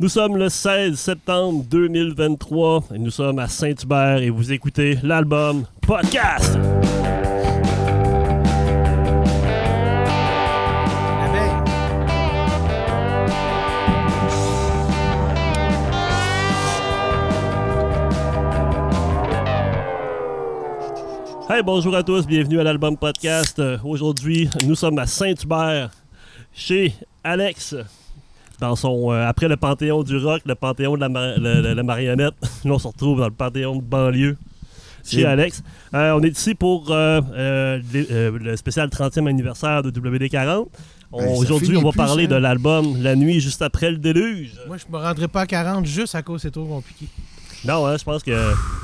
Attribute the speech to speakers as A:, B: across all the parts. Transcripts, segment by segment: A: Nous sommes le 16 septembre 2023 et nous sommes à Saint-Hubert et vous écoutez l'album Podcast.
B: La veille.
A: Hey, bonjour à tous, bienvenue à l'album Podcast. Euh, Aujourd'hui, nous sommes à Saint-Hubert chez Alex. Dans son, euh, après le Panthéon du rock, le Panthéon de la, mar- le- le- la marionnette, nous on se retrouve dans le Panthéon de banlieue chez
C: C'est-
A: Alex. Euh, on est ici pour euh, euh, les- euh, le spécial 30e anniversaire de WD40. On-
C: Ben, ça
A: Aujourd'hui,
C: finit
A: on va
C: plus,
A: parler
C: ça.
A: de l'album La nuit juste après le déluge.
B: Moi, je me rendrai pas à 40 juste à cause c'est trop compliqué.
A: Non, hein, je pense que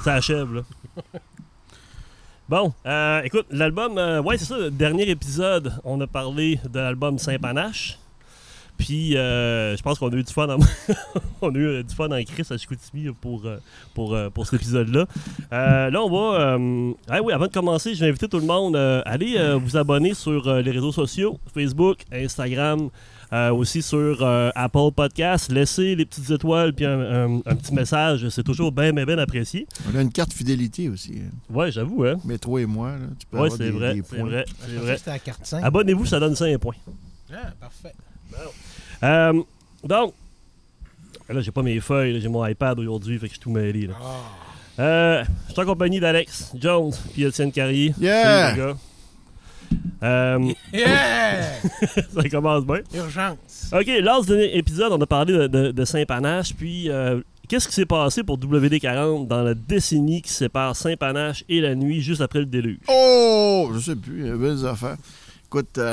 A: ça achève, là. Bon, euh, écoute, l'album, euh, ouais, c'est ça, le dernier épisode, on a parlé de l'album Saint-Panache. Puis, euh, je pense qu'on a eu du fun en, on a eu euh, du fun en Chris à Chicoutimi pour, euh, pour, euh, pour cet épisode-là. Euh, là, on va. euh, ah oui, avant de commencer, je vais inviter tout le monde. euh, allez euh, vous abonner sur euh, les réseaux sociaux Facebook, Instagram, euh, aussi sur euh, Apple Podcast. Laissez les petites étoiles puis un, un- un petit message. C'est toujours bien, bien, bien apprécié.
C: On a une carte fidélité aussi. hein.
A: Ouais, j'avoue, hein.
C: Mais toi et moi, là, tu peux
A: Ouais,
C: avoir
A: c'est
C: des,
A: vrai,
C: des
A: c'est
C: points.
A: vrai,
B: Je
A: c'est
B: pensais
A: vrai.
B: que C'était à 4
C: Ah
B: 5.
A: Abonnez-vous, ça donne 5 points.
B: Ah, parfait.
A: Euh, donc, là, j'ai pas mes feuilles, là, j'ai mon iPad aujourd'hui, fait que je suis tout mêlé. Là.
C: Ah.
A: Euh, je suis en compagnie d'Alex Jones puis Étienne Carrier.
C: Yeah!
A: Salut, les gars. Euh,
B: Yeah!
A: ça commence bien.
B: Urgence.
A: Ok, lors du dernier épisode, on a parlé de, de- de Saint-Panache, puis euh, qu'est-ce qui s'est passé pour WD40 dans la décennie qui sépare Saint-Panache et la nuit juste après le déluge?
C: Oh, je sais plus, il y a belles affaires. Écoute,
B: Mais Ben,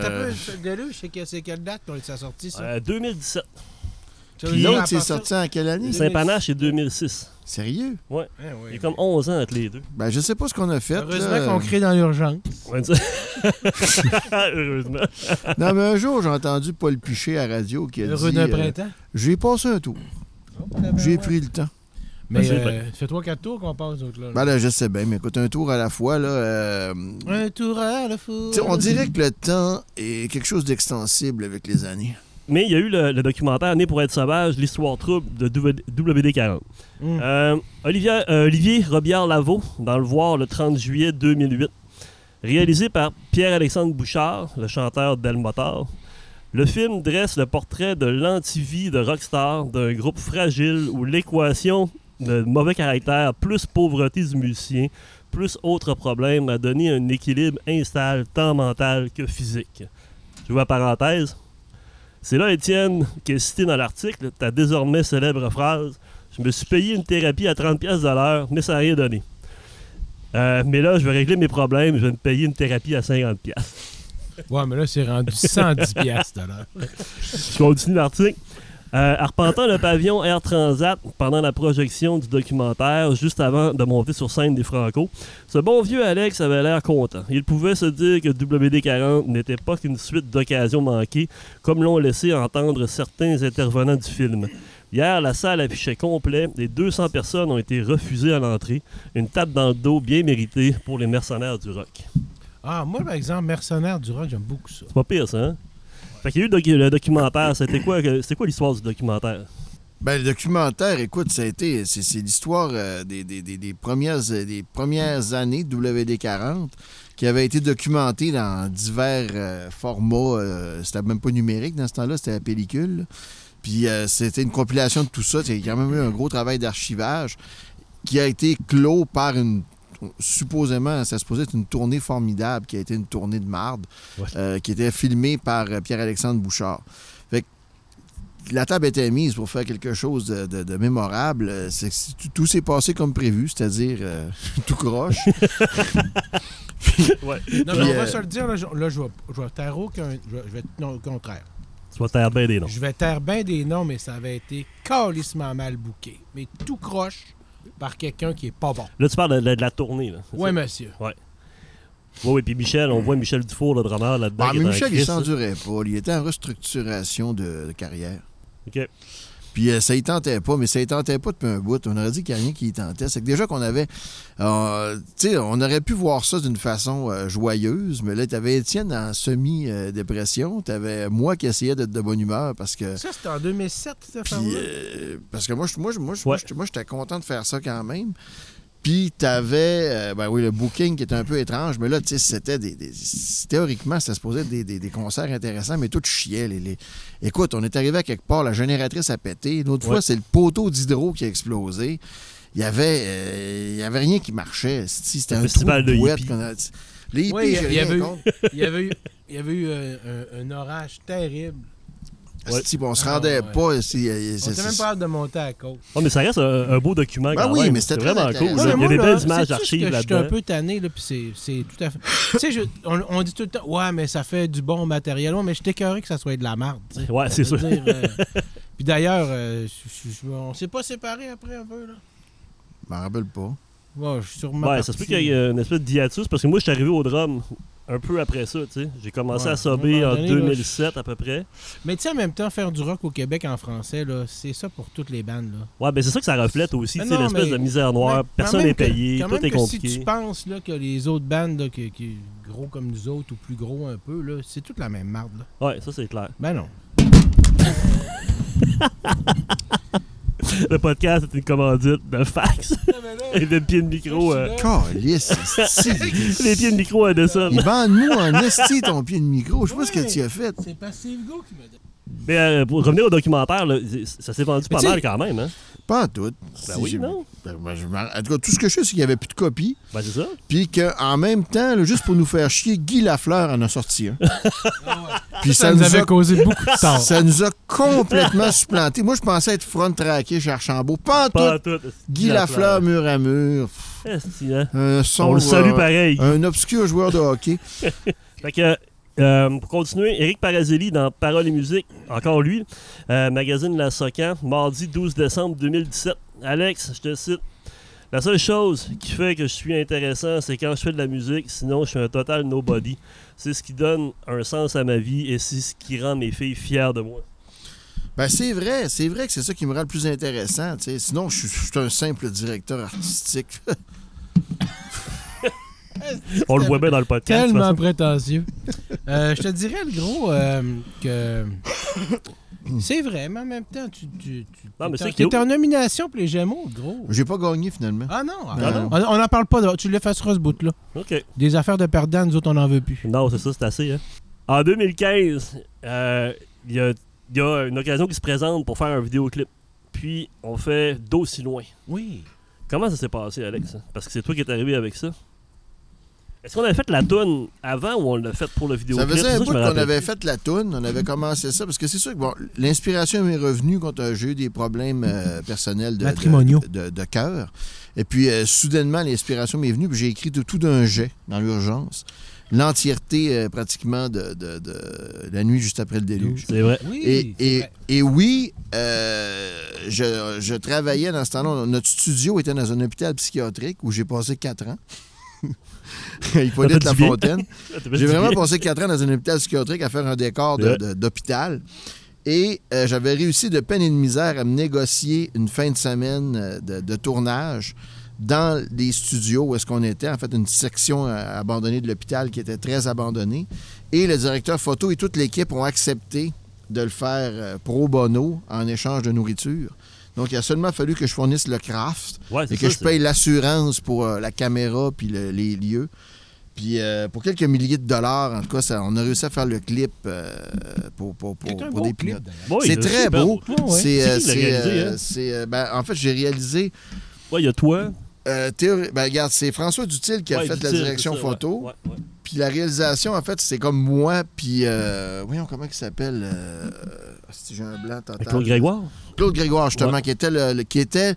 B: t'as
C: euh,
B: pas de luge, c'est que c'est quelle date qu'on est sorti ça?
A: Euh, 2017.
B: Tu
A: puis
B: veux dire, à
C: l'autre, c'est
B: partir-
C: sorti en quelle année?
B: C'est-
A: Saint-Panache, c'est 2006.
B: Eh
C: Sérieux?
B: oui.
A: Il y a comme 11 ans entre les deux.
C: Ben, je sais pas ce qu'on a fait.
B: Heureusement
C: là.
B: qu'on crée dans l'urgence.
A: Ouais, tu- Heureusement.
C: Non, mais un jour, j'ai entendu Paul Piché à radio qui a
B: Heureux
C: dit...
B: d'un
C: euh,
B: printemps.
C: j'ai passé un tour. J'ai pris le temps.
B: Mais
A: Ben,
B: euh,
A: c'est vrai.
B: ça fait 3-4 tours qu'on passe, d'autres là.
C: Ben là, je sais bien, mais écoute, un tour à la fois, là... euh,
B: Un tour à la foule.
C: tu sais, on dirait que le temps est quelque chose d'extensible avec les années.
A: Mais il y a eu le, le documentaire Né pour être sauvage, l'histoire trouble de WD40.
B: Hum.
A: Euh, Olivier, euh, Olivier Robillard-Lavaux, dans Le Voir le 30 juillet 2008. Réalisé par Pierre-Alexandre Bouchard, le chanteur d'Elmotor, le film dresse le portrait de l'antivie de rockstar d'un groupe fragile où l'équation de mauvais caractère plus pauvreté du musicien plus autres problèmes a donné un équilibre instable tant mental que physique. Je vois parenthèse. C'est là, Étienne, qui est cité dans l'article, ta désormais célèbre phrase Je me suis payé une thérapie à 30$ piastres de l'heure, mais ça n'a rien donné. Euh, mais là, je vais régler mes problèmes, je vais me payer une thérapie à 50$. piastres.
B: Ouais, mais là, c'est rendu 110 piastres, là.
A: Je continue l'article. Euh, arpentant le pavillon Air Transat pendant la projection du documentaire, juste avant de monter sur scène des Franco, ce bon vieux Alex avait l'air content. Il pouvait se dire que WD-40 n'était pas qu'une suite d'occasions manquées, comme l'ont laissé entendre certains intervenants du film. Hier, la salle affichait complet et 200 personnes ont été refusées à l'entrée. Une tape dans le dos bien méritée pour les mercenaires du rock.
B: Ah, moi, par exemple, mercenaire du rock, j'aime beaucoup ça.
A: C'est pas pire, ça, hein? Fait qu'il y a eu le docu- le documentaire. C'était quoi, que- c'était quoi l'histoire du documentaire?
C: Ben, le documentaire, écoute, ça a été, c'est, c'est l'histoire euh, des, des- des- des premières, euh, des premières années de WD-40 qui avait été documentée dans divers euh, formats. euh, c'était même pas numérique dans ce temps-là, c'était la pellicule. là. Puis euh, c'était une compilation de tout ça. C'est quand même eu un gros travail d'archivage qui a été clos par une supposément, ça se posait être une tournée formidable qui a été une tournée de marde
A: Ouais.
C: euh, qui était filmée par euh, Pierre-Alexandre Bouchard. Fait que la table était mise pour faire quelque chose de, de- de mémorable. Euh, c'est que si tout, tout s'est passé comme prévu, c'est-à-dire euh, tout croche.
A: Ouais.
B: Non, mais on
C: euh,
B: va se le dire, là, je, là, je vais, je vais taire aucun. Je vais, je vais- non, au contraire.
A: Tu vas taire bien ben des noms.
B: Je vais taire bien des noms, mais ça avait été calissement mal bouqué. Mais tout croche par quelqu'un qui est pas bon.
A: Là, tu parles de, de- de la tournée. Là.
B: Oui, monsieur.
A: Oui, oui. Puis Michel, on voit Michel Dufour, le hein. drummer, là-dedans.
C: Ah,
A: qui
C: mais
A: est en
C: Michel, il
A: crise,
C: s'endurait pas. Il était en restructuration de, de carrière.
A: OK.
C: Puis euh, ça y tentait pas, mais ça y tentait pas depuis un bout. On aurait dit qu'il n'y a rien qui y tentait. C'est que déjà qu'on avait. euh, tu sais, on aurait pu voir ça d'une façon euh, joyeuse, mais là, t'avais Étienne en semi-dépression. T'avais moi qui essayais d'être de bonne humeur parce que.
B: Ça, c'était en 2007, cette affaire-là?
C: Puis, euh, parce que moi, je- moi, je- moi,
A: Ah
C: je-
A: Ouais.
C: moi, j'étais- moi, j'étais content de faire ça quand même. Puis, t'avais, euh, ben oui, le booking qui était un peu étrange, mais là, tu sais, c'était des, des- Théoriquement, ça se posait des, des- des concerts intéressants, mais tout chiait. Les, les- Écoute, on est arrivé à quelque part, la génératrice a pété. L'autre
A: Ouais.
C: fois, c'est le poteau d'hydro qui a explosé. Il y avait, euh, il y avait rien qui marchait. c'ti, C'était
A: Le
C: un
A: festival
C: trou
A: de
C: bouette
A: hippies.
C: qu'on a- Les hippies,
B: Ouais, il y a-
C: j'ai
B: il y
C: rien
B: avait eu-
C: contre.
A: euh,
B: Il y avait eu, il y avait eu euh, un, un orage terrible.
A: Ouais.
C: C'ti, on se
B: Ah,
C: rendait
B: ouais.
C: pas. c'ti, euh,
B: On
C: c'est-
B: était même
C: c'est-
B: pas capable de monter à la côte.
A: Oh, mais ça reste un, un beau document
C: Ben
A: quand
C: oui,
A: même.
C: mais c'était
A: C'est
C: très
A: vraiment cool.
C: intéressant.
A: là.
C: Ouais,
A: Il y a
B: mais
A: des
B: moi,
A: belles
B: là,
A: images
B: sais-tu ce
A: d'archives
B: que Je suis un
A: là-dedans.
B: peu tanné, là, puis c'est- c'est tout à fait. tu sais, je- on, on dit tout le temps, ouais, mais ça fait du bon matériel. Ouais, mais je écœuré que ça soit de la marde. tu sais.
A: Ouais, c'est
B: Je
A: sûr.
B: veux dire, euh, Puis d'ailleurs, euh, je- je- je- on s'est pas séparés après un peu, là.
C: Je m'en rappelle pas.
B: Ouais, je suis sûrement.
A: Ouais, ça se peut
B: parti.
A: qu'il y ait euh, une espèce de hiatus, parce que moi, je suis arrivé au drum un peu après ça, tu sais. J'ai commencé
B: Ouais.
A: à sober
B: À un
A: en
B: moment donné, là,
A: 2007 à peu près.
B: Mais tu sais, en même temps, faire du rock au Québec en français, là, c'est ça pour toutes les bandes, là.
A: Ouais, ben c'est ça que ça reflète aussi,
B: Mais
A: tu sais,
B: non,
A: l'espèce
B: mais-
A: de misère noire.
B: Mais quand
A: Personne
B: même
A: n'est
B: que-
A: payé,
B: quand
A: tout
B: même
A: est
B: que
A: compliqué.
B: Si tu penses là, que les autres bandes, là, qui, qui- gros comme nous autres ou plus gros un peu, là, c'est toute la même marde. Là.
A: Ouais, ça, c'est clair.
B: Ben non.
A: Le podcast est une commandite de fax et de pieds de micro. euh,
C: Calisse,
A: les pieds de micro à Desson.
C: Il vend nous en esti ton pied de micro. Je sais pas ce que tu as fait.
B: C'est Passive Go qui m'a dit.
A: Mais euh, pour revenir au documentaire, là, ça s'est vendu
B: Mais
A: pas
B: tu sais-
A: mal quand même, hein?
C: Pas en tout.
A: Ben
C: Si
A: oui,
C: j'ai-
A: non?
C: Ben, ben, je m'en- en tout cas, tout ce que je sais, c'est qu'il n'y avait plus de copies.
A: Ben c'est ça.
C: Puis qu'en même temps, là, juste pour nous faire chier, Guy Lafleur en a sorti
A: Ah
C: un. Puis
B: Ça, nous avait causé beaucoup de
C: a,
B: tort.
C: ça nous a complètement supplanté. Moi, je pensais être front traqué chez Archambault. Pas en
A: Pas
C: tout.
A: tout.
C: Guy Lafleur, mur à mur.
A: Esti, hein?
C: Un son.
A: On le salue
C: euh,
A: pareil.
C: Un obscur joueur de hockey.
A: Fait que, euh, pour continuer, Eric Parazelli dans Paroles et musique, encore lui, euh, magazine La Socan, mardi 12 décembre 2017. Alex, je te cite. La seule chose qui fait que je suis intéressant, c'est quand je fais de la musique, sinon je suis un total nobody. C'est ce qui donne un sens à ma vie et c'est ce qui rend mes filles fières de moi.
C: Ben, c'est vrai, c'est vrai que c'est ça qui me rend le plus intéressant. tu sais. Sinon, je suis, je suis un simple directeur artistique.
A: On le voit bien dans le podcast. de toute
B: Tellement
A: façon.
B: prétentieux. Euh, je te dirais, le gros, euh, que. C'est vrai, mais en même temps, tu. tu, tu
A: Non, mais
B: t'es-
A: c'est
B: t'es
A: cute.
B: en nomination pour les Gémeaux, le gros.
C: J'ai pas gagné finalement.
B: Ah non,
C: Non,
B: ah,
C: non.
B: on on en parle pas. De... Tu l'effaceras ce bout-là.
A: OK.
B: Des affaires de perdants, nous autres, on n'en veut plus.
A: Non, c'est ça, c'est assez. hein. En 2015, euh, il y a- il y, a une occasion qui se présente pour faire un vidéoclip. Puis, on fait d'aussi loin.
B: Oui.
A: Comment ça s'est passé, Alex? Parce que c'est toi qui es arrivé avec ça. Est-ce qu'on avait fait la toune avant ou on l'a faite pour le
C: Ça
A: vidéoclip?
C: faisait un
A: C'est
C: bout
A: je me
C: qu'on
A: rappelle.
C: avait fait la toune, on avait commencé ça, parce que c'est sûr que bon, l'inspiration m'est revenue quand euh, j'ai eu des problèmes euh, personnels de,
B: Matrimoniaux.
C: de, de- de cœur. Et puis, euh, soudainement, l'inspiration m'est venue, puis j'ai écrit de tout d'un jet, dans l'urgence, l'entièreté euh, pratiquement de, de- de la nuit juste après le déluge.
A: C'est vrai.
B: Oui.
C: Et,
B: c'est
C: et-
B: vrai.
C: et oui, euh, je, je travaillais dans ce temps-là. Notre studio était dans un hôpital psychiatrique où j'ai passé quatre ans. Hippolyte
A: Ça fait du bien.
C: Lafontaine.
A: Ça te fait du
C: J'ai vraiment
A: bien.
C: passé quatre ans dans un hôpital psychiatrique à faire un décor de-
A: Ouais.
C: de- d'hôpital. Et euh, j'avais réussi de peine et de misère à me négocier une fin de semaine euh, de, de tournage dans les studios où est-ce qu'on était, en fait, une section euh, abandonnée de l'hôpital qui était très abandonnée. Et le directeur photo et toute l'équipe ont accepté de le faire euh, pro bono en échange de nourriture. Donc, il a seulement fallu que je fournisse le craft
A: Ouais, c'est
C: et que
A: ça,
C: je paye l'assurance pour euh, la caméra puis le- les lieux. Puis euh, pour quelques milliers de dollars, en tout cas, ça- on a réussi à faire le clip euh, pour, pour, pour,
B: C'est un
C: pour
B: beau
C: des
B: clip,
C: pilotes.
A: c'est- Bon, Oh,
B: d'ailleurs.
A: il
C: C'est
A: est
C: très
A: super
C: beau.
B: Ouais, ouais.
C: C'est, euh,
A: C'est qui qui
C: c'est,
A: l'a réalisé,
C: euh,
A: hein?
C: c'est, euh, ben, en fait, j'ai réalisé.
A: Ouais, il y a toi.
C: euh, théorie- ben, regarde, c'est François Dutil qui a
A: Ouais,
C: fait la
A: Dutil,
C: direction
A: c'est ça,
C: photo.
A: ouais, ouais, ouais.
C: Puis la réalisation, en fait, c'est comme moi, puis. euh, voyons, comment il s'appelle euh, hostie, J'ai un blanc total.
A: Avec Claude Grégoire.
C: Claude Grégoire, justement,
A: Ouais.
C: qui était, le, le- qui était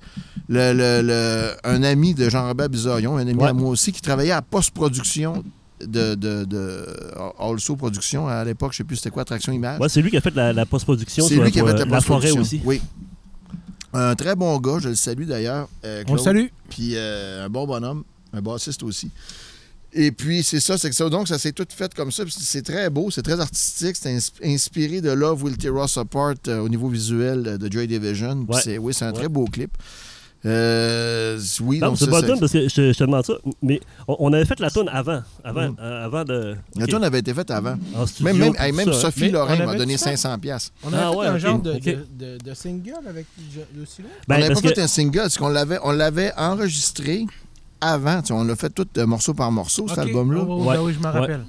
C: le- le- le- un ami de Jean-Robert Bizarion, un ami
A: Ouais.
C: à moi aussi, qui travaillait à post-production de, de, de Also Production à l'époque, je sais plus c'était quoi, Traction Image.
A: Ouais, c'est lui qui a fait la, la post-production.
C: Ah. C'est
A: sur
C: lui qui avait
A: euh,
C: la
A: La forêt
C: post-production.
A: aussi.
C: Oui. Un très bon gars, je le salue d'ailleurs. euh,
B: On le
C: Claude.
B: salue.
C: Puis euh, un bon bonhomme, un bassiste aussi. Et puis, c'est ça, c'est que ça. Donc, ça s'est tout fait comme ça. puis C'est très beau, c'est très artistique. C'est ins- inspiré de Love Will Tear Us Apart euh, au niveau visuel euh, de Joy Division. Puis
A: Ouais.
C: c'est- Oui, c'est un
A: Ouais.
C: très beau clip. Euh, oui,
A: Non,
C: donc
A: c'est
C: ça,
A: pas
C: ça-
A: une parce que je, je te demande ça, mais on, on avait fait la toune avant, avant,
C: Mm.
A: euh, avant de.
C: La
A: ok,
C: tune avait été faite avant.
A: en studio,
C: Même, même,
A: tout
C: hey, même
A: ça. hein.
C: Sophie
B: Mais on
C: Lorraine m'a
B: avait
C: donné
B: tout ça.
C: 500$. piastres.
B: On a
A: Ah
B: fait
A: ouais,
B: un
A: ok,
B: genre de,
A: ok.
B: de- de- de single avec Jo- Lucy Lou.
A: Ben,
C: on n'avait
A: parce
C: pas
A: que-
C: fait un single, parce qu'on l'avait, on l'avait enregistré avant. Tu sais, on l'a fait tout euh, morceau par morceau, cet
B: Ok.
C: album-là.
B: Oh, oh,
A: Ouais.
B: ben oui, je m'en
A: Ouais.
B: rappelle.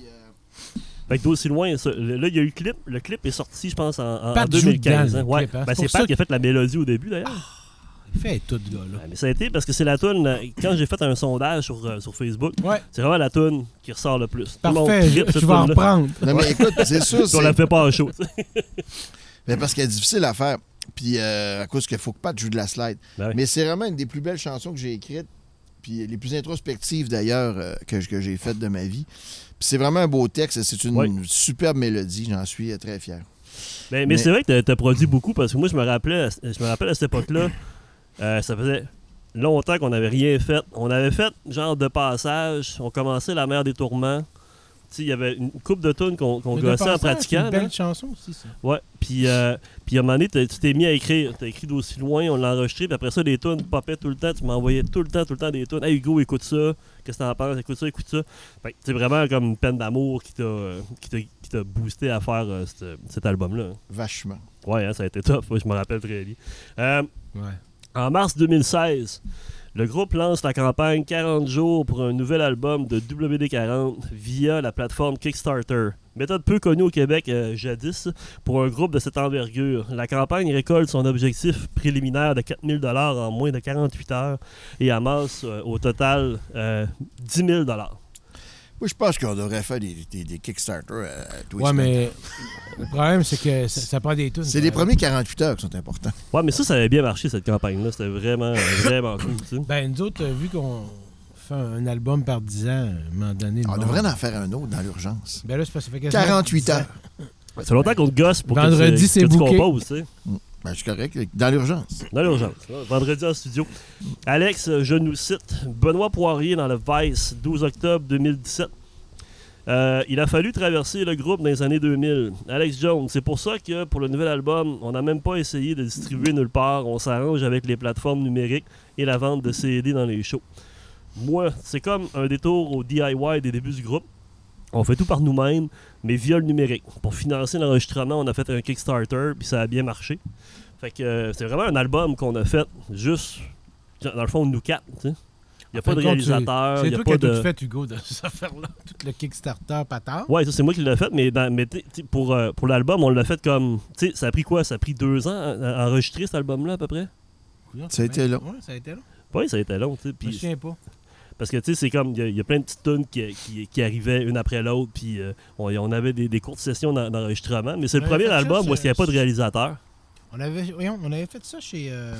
A: Fait que d'aussi ben, loin, ça, le- là, il y a eu le clip. Le clip est sorti, je pense, en, en- en
B: Pat joue
A: 2015.
B: dedans,
A: hein.
B: le
A: Ouais.
B: clip, hein.
A: Ben,
B: C'est
A: c'est
B: pour
A: Pat
B: ça Ah.
A: qui a fait la mélodie au début, d'ailleurs.
B: Il fait tout, ce gars-là.
A: Ouais, mais ça a été parce que c'est la toune. euh, Quand j'ai fait un sondage sur, euh, sur Facebook,
B: Ouais,
A: c'est vraiment la toune qui ressort le plus. Tout le monde
B: parfait.
A: tripe
B: Je,
A: cette
B: je vais en
A: toune-là.
B: reprendre.
C: Non, mais écoute, c'est sûr.
A: Puis On la
C: c'est-
A: fait pas en show.
C: Mais parce qu'elle est difficile à faire. Puis euh, à cause qu'il faut que Pat joue de la slide.
A: Ben oui.
C: Mais c'est vraiment une des plus belles chansons que j'ai écrites. Puis les plus introspectives d'ailleurs euh, que, j- que j'ai faites de ma vie. Puis c'est vraiment un beau texte. et C'est une
A: Ouais.
C: superbe mélodie. J'en suis euh, très fier.
A: Mais, Ben, mais
C: Mais-
A: c'est vrai que t'as- t'as produit beaucoup parce que moi, je me rappelais, je me rappelle à cette époque-là, euh, ça faisait longtemps qu'on n'avait rien fait. On avait fait genre de passage, on commençait la mer des tourments. Tu sais, Il y avait une coupe de tunes qu'on qu'on
B: Mais de
A: gossait en
B: passage, C'est
A: pratiquant.
B: une
A: là.
B: belle chanson aussi, ça.
A: Ouais, puis, euh, puis à un moment donné, t'as- tu t'es mis à écrire. T'as écrit d'aussi loin, on l'a enregistré, puis après ça, des tunes popaient tout le temps. Tu m'envoyais tout le temps, tout le temps des tunes. Hey Hugo, écoute ça. Qu'est-ce que t'en penses? Écoute ça, écoute ça. Fait que c'est vraiment comme une peine d'amour qui t'a euh, qui t'a- qui t'a boosté à faire euh, cette- cet album-là.
C: Vachement.
A: Ouais, hein, ça a été top. Ouais, je me rappelle très bien. Euh,
B: Ouais.
A: en mars 2016, le groupe lance la campagne 40 jours pour un nouvel album de WD40 via la plateforme Kickstarter. Méthode peu connue au Québec euh, jadis pour un groupe de cette envergure. La campagne récolte son objectif préliminaire de 4000 dollars en moins de 48 heures et amasse euh, au total euh, 10 000 dollars.
C: Moi, je pense qu'on devrait faire des, des, des Kickstarter euh, à, à tous les
B: Ouais,
C: semaines.
B: mais le problème, c'est que ça, ça prend des tunes.
C: C'est les premiers 48 heures qui sont importants.
A: Ouais, mais ça, ça avait bien marché cette campagne-là. C'était vraiment, euh, vraiment cool. tu sais.
B: Ben, nous autres, euh, vu qu'on fait un album par 10 ans, à un moment donné. le
C: On
B: monde-
C: devrait en faire un autre dans l'urgence.
B: Ben là, c'est parce que ça fait quasiment
C: 48
B: 10 ans.
C: heures.
A: Ça fait longtemps qu'on te gosse pour
B: Vendredi,
A: que tu,
B: c'est
A: que tu
B: booké.
A: composes. tu sais.
C: Ben, je suis correct. Dans l'urgence.
A: Dans l'urgence. Vendredi en studio. Alex, euh, je nous cite Benoît Poirier dans le Vice, 12 octobre 2017. Euh, il a fallu traverser le groupe dans les années 2000. Alex Jones, c'est pour ça que pour le nouvel album, on n'a même pas essayé de distribuer nulle part. On s'arrange avec les plateformes numériques et la vente de CD dans les shows. Moi, c'est comme un détour au DIY des débuts du groupe. On fait tout par nous-mêmes, mais via le numérique. Pour financer l'enregistrement, on a fait un Kickstarter, puis ça a bien marché. Fait que euh, c'est vraiment un album qu'on a fait juste, dans le fond, nous quatre. Il n'y a pas de
B: En fin compte, c'est-
A: réalisateur,
B: C'est
A: il n'y Ah, a
B: toi
A: pas
B: qui as
A: de.
B: tout fait, Hugo, de cette affaire-là. Tout le Kickstarter patard.
A: Ouais, ça c'est moi qui l'ai fait, mais, dans- mais t'sais- t'sais, pour, euh, pour l'album, on l'a fait comme. Tu sais, ça a pris quoi Ça a pris deux ans à, à enregistrer cet album-là à peu près
C: Ça a été long.
B: ben, Ouais, ça a été long.
A: Oui, ça a été long, tu sais.
B: Je me
A: puis-
B: souviens pas.
A: Parce que tu sais, c'est comme. Il y a- il y, a plein de petites tunes qui, qui, qui arrivaient une après l'autre, puis euh, on, on avait des, des courtes sessions d'en- d'enregistrement, mais c'est le
B: On avait
A: premier
B: fait ça,
A: album où il n'y avait
B: c'est-
A: pas de réalisateur.
B: On avait, voyons, on avait fait ça chez euh,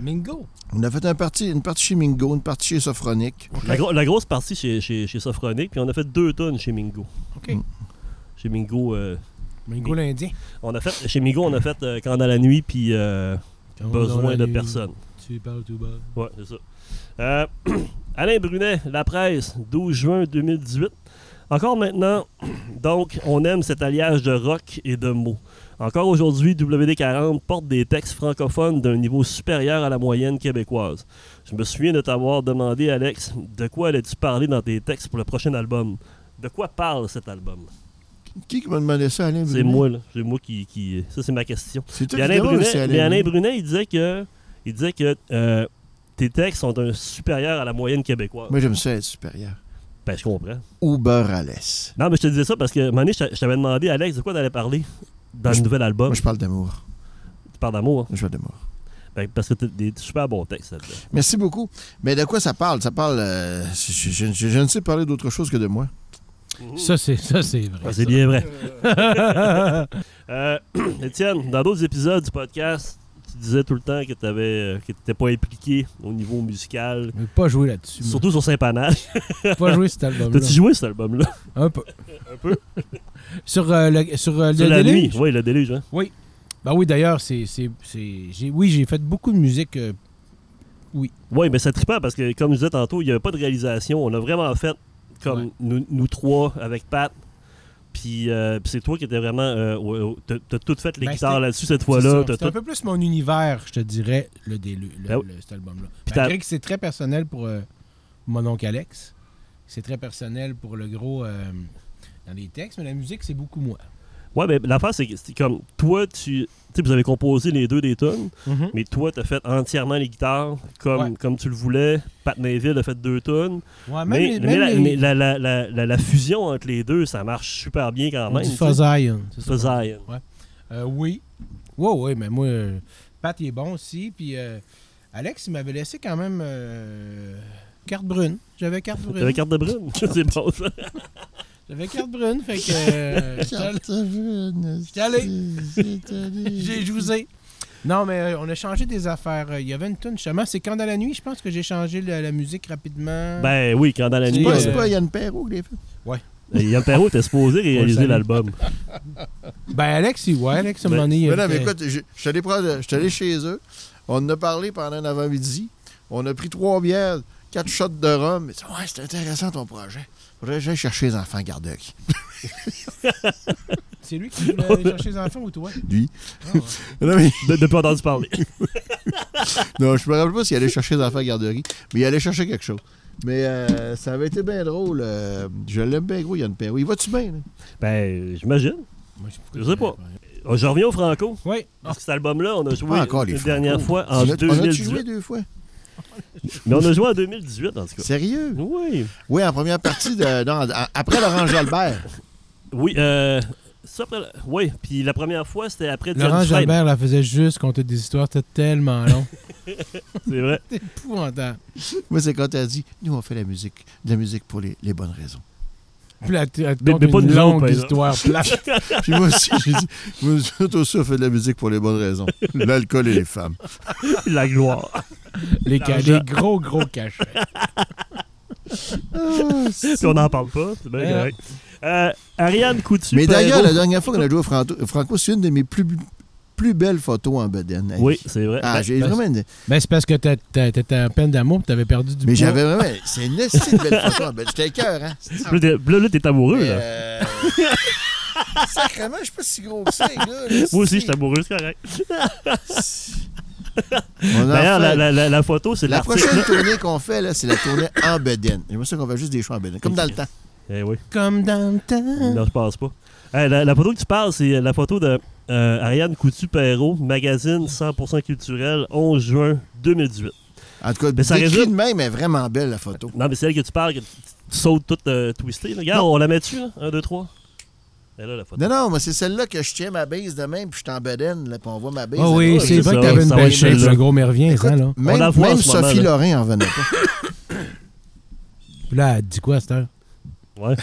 B: Mingo.
C: On a fait un parti, une partie chez Mingo, une partie chez Sophronic.
A: La, gro- la grosse partie chez, chez, chez Sophronic, puis on a fait deux tonnes chez Mingo.
B: OK.
C: Mm.
A: Chez Mingo, euh,
B: Mingo l'Indien.
A: on a fait, chez Mingo, on a fait euh, Quand dans la nuit, puis euh,
B: Quand on a
A: Besoin de
B: lu-
A: personne.
B: Tu parles tout bas.
A: Ouais, c'est ça. Euh, Alain Brunet, La Presse, 12 juin 2018. Encore maintenant, donc, on aime cet alliage de rock et de mots. Encore aujourd'hui, WD40 porte des textes francophones d'un niveau supérieur à la moyenne québécoise. Je me souviens de t'avoir demandé, Alex, de quoi allais-tu parler dans tes textes pour le prochain album De quoi parle cet album
C: Qui qui m'a demandé ça, Alain?
A: C'est
C: Brunet?
A: moi, là. C'est moi qui. qui... Ça, c'est ma question.
C: C'est toi
A: Puis
C: qui
A: Alain
C: demandes,
A: Brunet,
C: c'est
A: mais Alain
C: Brunet.
A: Brunet, il disait que, il disait que euh, tes textes sont un supérieur à la moyenne québécoise.
C: Moi, j'aime ça être supérieur.
A: Ben, je comprends.
C: Uber à l'aise.
A: Non, mais je te disais ça parce que, à un moment donné, je t'a- je t'avais demandé, Alex, de quoi t'allais parler dans le
C: Je-
A: nouvel album.
C: Moi, je parle d'amour.
A: Tu parles d'amour. hein.
C: Je parle d'amour.
A: Ben, parce que t'as des super bons textes là-dedans.
C: Merci beaucoup. Mais de quoi ça parle? Ça parle... euh, je, je- je- je ne sais parler d'autre chose que de moi.
B: Ça, c'est, ça, c'est vrai.
A: Ah, c'est bien vrai. Euh, Étienne, dans d'autres épisodes du podcast, tu disais tout le temps que tu n'étais pas impliqué au niveau musical,
B: Je vais pas jouer là-dessus. moi.
A: surtout sur Saint-Panache.
B: Je vais pas jouer cet album-là.
A: T'as-tu joué cet album-là?
B: Un peu. Un peu. sur euh, le, sur, euh, le
A: Sur la
B: déluge?
A: nuit. Oui, le déluge. Hein?
B: Ben oui, d'ailleurs, c'est, c'est, c'est- j'ai, oui, j'ai fait beaucoup de musique. euh,
A: Oui, mais c'est trippant parce que, comme je disais tantôt, il n'y avait pas de réalisation. On a vraiment fait comme nous, nous trois avec Pat. Puis, euh, puis c'est toi qui étais vraiment. euh, au- au- T'as t'as tout fait les
B: Ben,
A: guitares
B: c'était-
A: là-dessus cette
B: C'est
A: fois-là.
B: ça.
A: t'as
B: C'est un
A: tout-
B: peu plus mon univers, je te dirais, le, délu- le-
A: Ben oui.
B: le- cet album-là.
A: Puis
B: Malgré
A: t'as-
B: que c'est très personnel pour euh, mon oncle Alex, c'est très personnel pour le gros euh, dans les textes, mais la musique, c'est beaucoup moins.
A: Ouais, mais l'affaire, c'est que c'est comme toi, tu. Tu sais, vous avez composé les deux des tonnes, mais toi, t'as fait entièrement les guitares comme,
B: Ouais.
A: comme tu le voulais. Pat Neville a fait deux tonnes.
B: Ouais, même
A: Mais,
B: les-
A: mais
B: même
A: la,
B: les-
A: mais la- la- la- la- la fusion entre les deux, ça marche super bien quand
B: on
A: même.
B: dit
A: tu sais.
B: Fuzzayon, c'est ça.
A: Fuzzaille.
B: Euh, oui. Oui, oui, mais moi, euh, Pat, il est bon aussi. Puis euh, Alex, il m'avait laissé quand même euh, carte brune. J'avais carte brune.
A: T'avais carte de brune? c'est bon, ça.
B: J'avais carte brune, fait que euh, j'étais allé- J'étais allé. j'ai joué. Non, mais euh, on a changé des affaires. Euh, Il y avait une tune, justement. C'est quand dans la nuit, je pense que j'ai changé la, la musique rapidement.
A: Ben oui, quand dans la
C: C'est
A: nuit,
C: pas,
A: euh,
C: c'est pas Yann Perrault qui l'a fait.
A: euh, Yann Perrault était supposé réaliser
B: salue.
A: l'album.
B: Ben, Alex, il- ouais, Alex, à un
A: Ben,
B: moment donné, il
C: Mais non, mais
B: était-
C: écoute, je je suis allé prendre- je suis allé chez eux. On en a parlé pendant un avant-midi. On a pris trois bières, quatre shots de rhum. Ils disent, Ouais, c'est intéressant ton projet. Faudrait que j'aille chercher les enfants gardoc.
B: c'est lui qui voulait aller chercher les enfants ou toi?
C: Lui.
B: Ah, ouais.
C: Non, mais-
A: De, depuis entendu parler.
C: non, je me rappelle pas s'il allait chercher les enfants à garderie, mais il allait chercher quelque chose. Mais euh, ça avait été bien drôle. euh, je l'aime bien gros, Yann Perrault. Il va-tu bien? là?
A: Ben, j'imagine.
B: Moi,
A: Je sais pas. Oh, Je reviens au Franco.
B: Oui.
A: Parce que cet album-là, on a joué
C: Pas Ah, encore les
A: une dernière
C: Franco.
A: fois en
C: On a- On a-tu
A: 2018.
C: joué deux fois?
A: Mais on a joué en 2018, en tout cas.
C: Sérieux?
A: Oui.
C: Oui, en première partie, de, non, en- après Laurent Jalbert.
A: Oui, euh, ça après la- Oui, puis la première fois, c'était après
B: Laurent
A: Diane Dufresne.
B: Jalbert la faisait juste compter des histoires. C'était tellement long.
A: C'est vrai.
B: C'était épouvantable.
C: Moi, c'est quand t'as dit, nous, on fait la musique, de la musique pour les, les bonnes raisons.
B: Puis là, tu- elle te
A: Mais-
B: compte
A: mais pas hein,
B: une
A: nous autres,
B: longue
A: par exemple.
B: histoire plate.
C: Puis moi aussi, j'ai dit, moi aussi, on fait de la musique pour les bonnes raisons. L'alcool et les femmes.
A: La gloire.
B: les, ca-
A: L'argent.
B: les gros, gros cachets.
C: Ah,
A: si on n'en parle pas, c'est bien
B: Ouais.
A: correct. Euh, Ariane Coutu.
C: Mais d'ailleurs, la
A: Perrault.
C: dernière fois qu'on a joué au Franco, Franco, c'est une de mes plus, plus belles photos en bedaine.
A: Oui, c'est vrai.
C: Ah, j'ai
B: Ben,
C: vraiment une-
B: Ben, c'est parce que t'a- t'a- t'étais en peine d'amour puis t'avais perdu du
C: Mais
B: poids.
C: j'avais vraiment. C'est une assez belle photo en bedaine. J'étais cœur, hein?
A: Là, t'es- Là, là, t'es amoureux, là.
C: Euh, Sacrément, je suis pas si gros que ça, les gars. là.
A: Moi aussi, je suis amoureux, c'est correct.
C: On en
A: D'ailleurs,
C: fait-
A: la, la- la- la photo, c'est de
C: La
A: l'article.
C: prochaine tournée qu'on fait, là, c'est la tournée en bedaine. J'aimerais ça qu'on va juste des choix en bedaine, comme dans le temps.
A: Eh oui.
B: Comme dans le temps.
A: Non, je pense pas. Eh, la, la photo que tu parles, c'est la photo de euh, Ariane Coutu-Perrault, magazine 100% culturel, 11 juin 2018.
C: En tout cas,
A: Mais ça
C: décrit
A: résulte-
C: de même est vraiment belle, la photo.
A: Non, mais celle que tu parles, que tu tu sautes toute euh, twistée. là. Regarde, on la met-tu, là? 1, 2, 3. Elle là, la photo.
C: Non, non, moi, c'est celle-là que je tiens ma bise de même, puis je suis en bedaine, là, puis on voit ma bise.
B: Ah oui,
A: Ouais,
B: c'est
A: c'est
B: vrai
A: ça,
B: que t'avais une
A: ça va
B: belle
A: être
B: shape,
A: celle-là.
B: le gros mervien,
C: Écoute,
B: ça, là.
A: On la
C: Même,
A: voit en
C: même
A: ce moment,
C: Sophie
A: là.
C: Lorrain en venait pas.
B: Puis là, elle dit quoi à cette heure?
A: Ouais.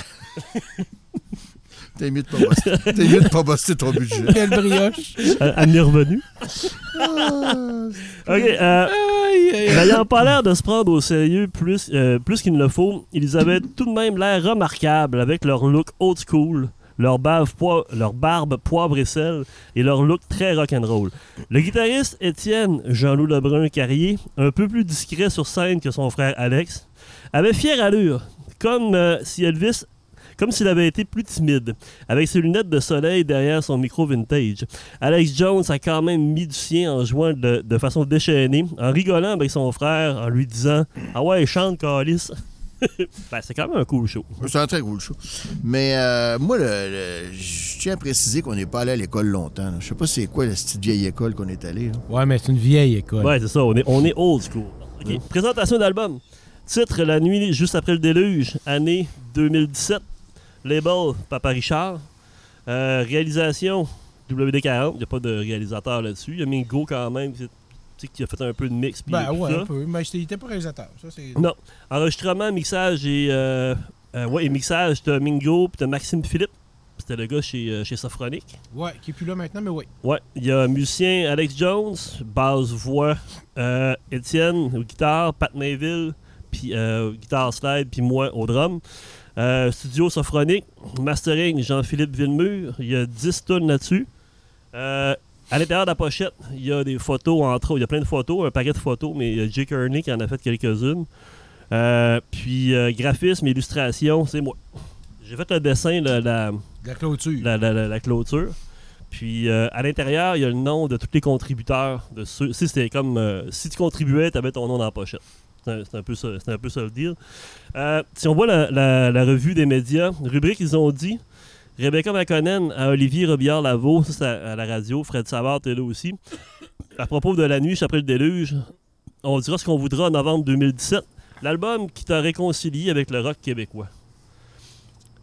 C: T'es mieux de pas bosser. T'es mieux de pas bosser ton budget.
B: Quelle brioche!
A: Elle elle m'est revenue.
B: Ah!
A: OK. euh,
B: Aïe, aïe, aïe.
A: N'ayant pas l'air de se prendre au sérieux plus, euh, plus qu'il ne le faut, ils avaient tout de même l'air remarquable avec leur look old school, leur, bave poi- leur barbe poivre et sel et leur look très rock'n'roll. Le guitariste Étienne Jean-Loup Lebrun-Carrier, un peu plus discret sur scène que son frère Alex, avait fière allure, comme euh, si Elvis comme s'il avait été plus timide, avec ses lunettes de soleil derrière son micro vintage. Alex Jones a quand même mis du sien en jouant de, de façon déchaînée, en rigolant avec son frère, en lui disant Ah ouais, chante, Calis. ben, c'est quand même un cool show.
C: C'est un très cool show. Mais euh, moi, le- le- je tiens à préciser qu'on n'est pas allé à l'école longtemps. là. Je sais pas c'est quoi la petite vieille école qu'on est allé. là.
B: Ouais, Mm. mais c'est une vieille école.
A: Ouais, c'est ça, on est, on est old school. Ok, Présentation d'album. Titre La nuit juste après le déluge, année 2017. Label Papa Richard. Euh, réalisation WD40. Il n'y a pas de réalisateur là-dessus. Il y a Mingo quand même, qui- tu sais, qui a fait un peu de mix. puis
B: Ben
A: tout
B: ouais,
A: ça.
B: un peu. Mais j'étais- il était pas réalisateur. Ça, c'est...
A: Non. Enregistrement, mixage et. euh, euh, ouais, et mixage de Mingo puis de Maxime Philippe. C'était le gars chez, euh, chez Sophronic.
B: Ouais, qui est plus là maintenant, mais oui.
A: Ouais, il y a musicien Alex Jones, basse voix euh, Étienne aux guitares, Pat Mayville, puis euh, guitare slide, puis moi au drum. Euh, studio Sophronic, mastering Jean-Philippe Villemur, il y a 10 tonnes là-dessus. Euh, à l'intérieur de la pochette, il y a des photos entre autres, il y a plein de photos, un paquet de photos, mais il y a Jake Kearney qui en a fait quelques-unes. Euh, puis euh, graphisme, illustration, c'est moi. J'ai fait le dessin de la,
B: La clôture.
A: la, la- la- la clôture. Puis euh, à l'intérieur, il y a le nom de tous les contributeurs. De ceux, si c'était comme euh, si tu contribuais, tu avais ton nom dans la pochette. C'est un, c'est un peu ça, c'est un peu ça le deal. Euh, si on voit la, la- la revue des médias, rubrique, ils ont dit Rebecca McConnell à Olivier Robillard Lavaux, ça c'est à, à la radio, Fred Savard était là aussi. À propos de la nuit après le déluge, on dira ce qu'on voudra en novembre 2017. L'album qui t'a réconcilié avec le rock québécois.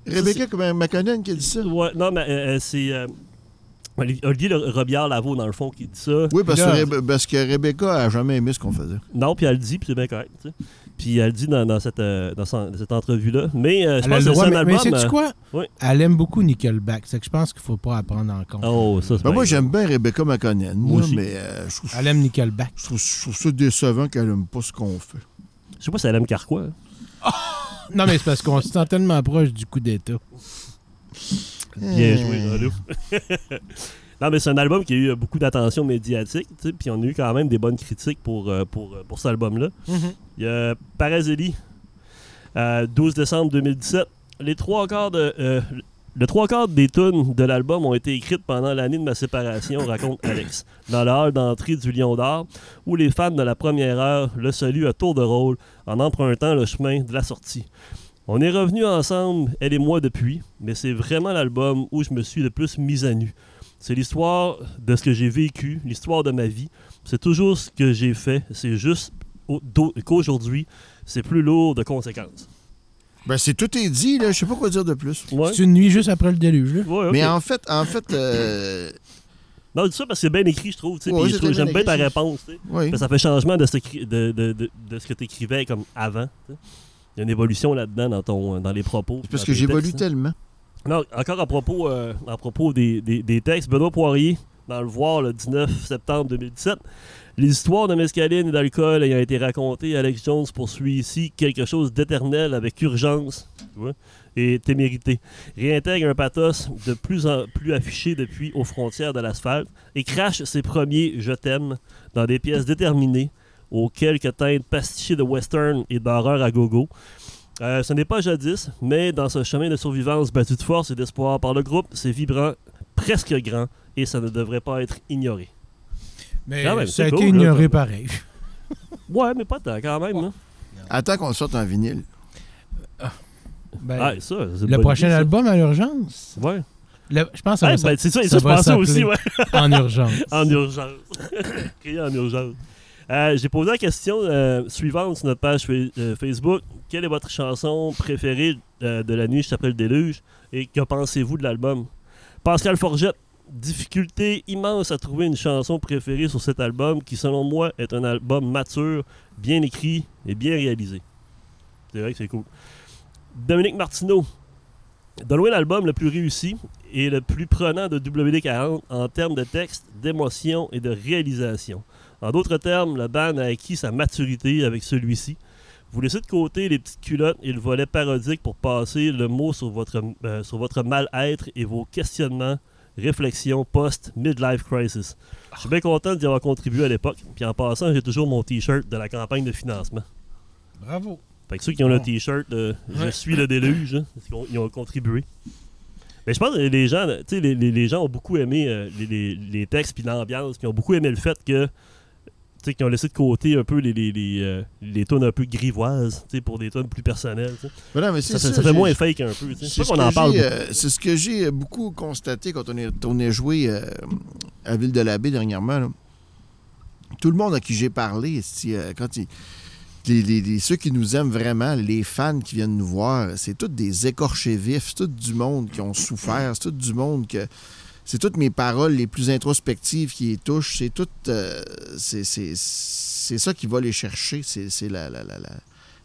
C: Rebecca comme McConnell qui a dit ça.
A: Ouais, non, mais euh, euh, c'est euh, Oli- Olivier Le- Robillard Lavaux, dans le fond, qui dit ça.
C: Oui, parce que,
B: Là.
C: Rebe- parce que Rebecca a jamais aimé ce qu'on faisait.
A: Non, puis elle le dit, puis c'est bien correct. tu sais. Puis elle le dit dans, dans cette, euh, dans son- cette entrevue-là. Mais euh, je
B: Elle a
A: pense que
B: le
A: c'est
B: droit,
A: un
B: mais, mais
A: album.
B: sais-tu
A: euh,
B: quoi?
A: oui.
B: Elle aime beaucoup Nickelback, c'est que je pense qu'il faut pas la prendre en compte.
A: Oh, ça, c'est
C: Ben,
A: bien
C: moi,
A: grave.
C: j'aime bien Rebecca McConnell,
A: Moi
C: moi,
A: aussi.
C: mais euh, je, trouve,
A: Ah.
B: Elle aime Nickelback.
C: je trouve- je trouve ça décevant qu'elle aime pas ce qu'on fait.
A: Je sais pas si elle aime Carquois. hein.
B: Non, mais c'est parce qu'on se sent tellement proche du coup d'État.
C: Euh,
A: Bien joué, Rolou. Non, mais c'est un album qui a eu euh, beaucoup d'attention médiatique, tu sais, puis on a eu quand même des bonnes critiques pour, euh, pour, euh, pour cet album-là. Il y a Parazeli, euh, 12 décembre 2017. Les trois quarts de, euh, le trois quarts des tunes de l'album ont été écrites pendant l'année de ma séparation, raconte Alex, dans le hall d'entrée du Lion d'Or, où les fans de la première heure le saluent à tour de rôle en empruntant le chemin de la sortie. On est revenus ensemble, elle et moi, depuis, mais c'est vraiment l'album où je me suis le plus mise à nu. C'est l'histoire de ce que j'ai vécu, l'histoire de ma vie. C'est toujours ce que j'ai fait, c'est juste au- d'au- qu'aujourd'hui, c'est plus lourd de conséquences.
C: Ben, c'est tout est dit, là. Je sais pas quoi dire de plus.
A: Ouais.
B: C'est une nuit juste après le déluge. là.
A: Ouais, ok.
C: Mais en fait, en fait, euh,
A: Non, je dis ça parce que c'est bien écrit, je trouve. tu sais,
C: Ouais,
A: puis je
C: c'est
A: trouve-
C: très
A: J'aime
C: bien
A: bien ta
C: écrit,
A: réponse. tu sais.
C: oui.
A: Parce que ça fait changement de ce, cri- de, de- de- de ce que tu écrivais comme avant. tu sais. Il y a une évolution là-dedans dans, ton- dans les propos.
C: C'est parce
A: dans
C: que
A: tes
C: j'évolue
A: textes, hein.
C: tellement.
A: Non, encore à propos, euh, à propos des, des- des textes, Benoît Poirier, dans le voir le 19 septembre 2017, les histoires de mescaline et d'alcool ayant été racontées, Alex Jones poursuit ici quelque chose d'éternel avec urgence tu vois, et témérité. Réintègre un pathos de plus en plus affiché depuis aux frontières de l'asphalte et crache ses premiers Je t'aime dans des pièces déterminées aux quelques teintes pastichées de western et d'horreur à gogo. Euh, ce n'est pas jadis, mais dans ce chemin de survivance battu de force et d'espoir par le groupe, c'est vibrant, presque grand, et ça ne devrait pas être ignoré.
B: Mais
A: Quand même,
B: ça a
A: c'est
B: été
A: cool, là,
B: ignoré
A: comme-
B: pareil.
A: Ouais, mais pas tant quand même. hein.
C: Attends qu'on sorte en vinyle.
B: Ben,
A: Ah, ça, c'est une
B: le
A: bonne
B: prochain
A: idée, ça.
B: album à l'urgence.
A: Ouais.
B: Le- je pense que ça
A: Ah,
B: va
A: ben, c'est ça, et
B: ça
A: ça, je
B: va
A: pensais
B: s'appeler.
A: aussi, ouais.
B: s'appeler en urgence.
A: En urgence. Crier en urgence. Euh, J'ai posé la question euh, suivante sur notre page fa- euh, Facebook. Quelle est votre chanson préférée euh, de la nuit juste après le déluge et que pensez-vous de l'album? Pascal Forgette, difficulté immense à trouver une chanson préférée sur cet album qui, selon moi, est un album mature, bien écrit et bien réalisé. C'est vrai que c'est cool. Dominique Martineau, de loin l'album le plus réussi et le plus prenant de WD-40 en termes de texte, d'émotion et de réalisation. En d'autres termes, la band a acquis sa maturité avec celui-ci. Vous laissez de côté les petites culottes et le volet parodique pour passer le mot sur votre, euh, sur votre mal-être et vos questionnements, réflexions post-midlife crisis. Je suis bien content d'y avoir contribué à l'époque. Puis en passant, j'ai toujours mon t-shirt de la campagne de financement.
B: Bravo.
A: Fait que ceux qui ont le t-shirt euh, Je
B: Ouais.
A: suis le déluge, hein, ils, ont, ils ont contribué. Mais je pense que les gens, tu sais, les, les- les gens ont beaucoup aimé euh, les, les- les textes puis l'ambiance, puis ils ont beaucoup aimé le fait que tu sais, qu'ils ont laissé de côté un peu les, les, les, euh, les tonnes un peu grivoises tu sais, pour des tonnes plus personnelles. tu sais.
C: Ben non, mais c'est
A: Ça, ça-
C: ça,
A: ça fait
C: j'ai-
A: moins fake un peu. tu sais.
C: C'est
A: C'est
C: ce
A: pas qu'on
C: que
A: en parle
C: j'ai,
A: beaucoup.
C: euh, c'est ce que j'ai euh, beaucoup constaté quand on est retourné jouer euh, à Ville de l'Abbé dernièrement. là. Tout le monde à qui j'ai parlé, si, euh, quand ils- les, les- les- ceux qui nous aiment vraiment, les fans qui viennent nous voir, c'est tous des écorchés vifs, c'est tout du monde qui ont souffert, c'est tout du monde que. C'est toutes mes paroles les plus introspectives qui les touchent. C'est tout. euh, c'est, c'est- c'est ça qui va les chercher. C'est, c'est la- la- la- la-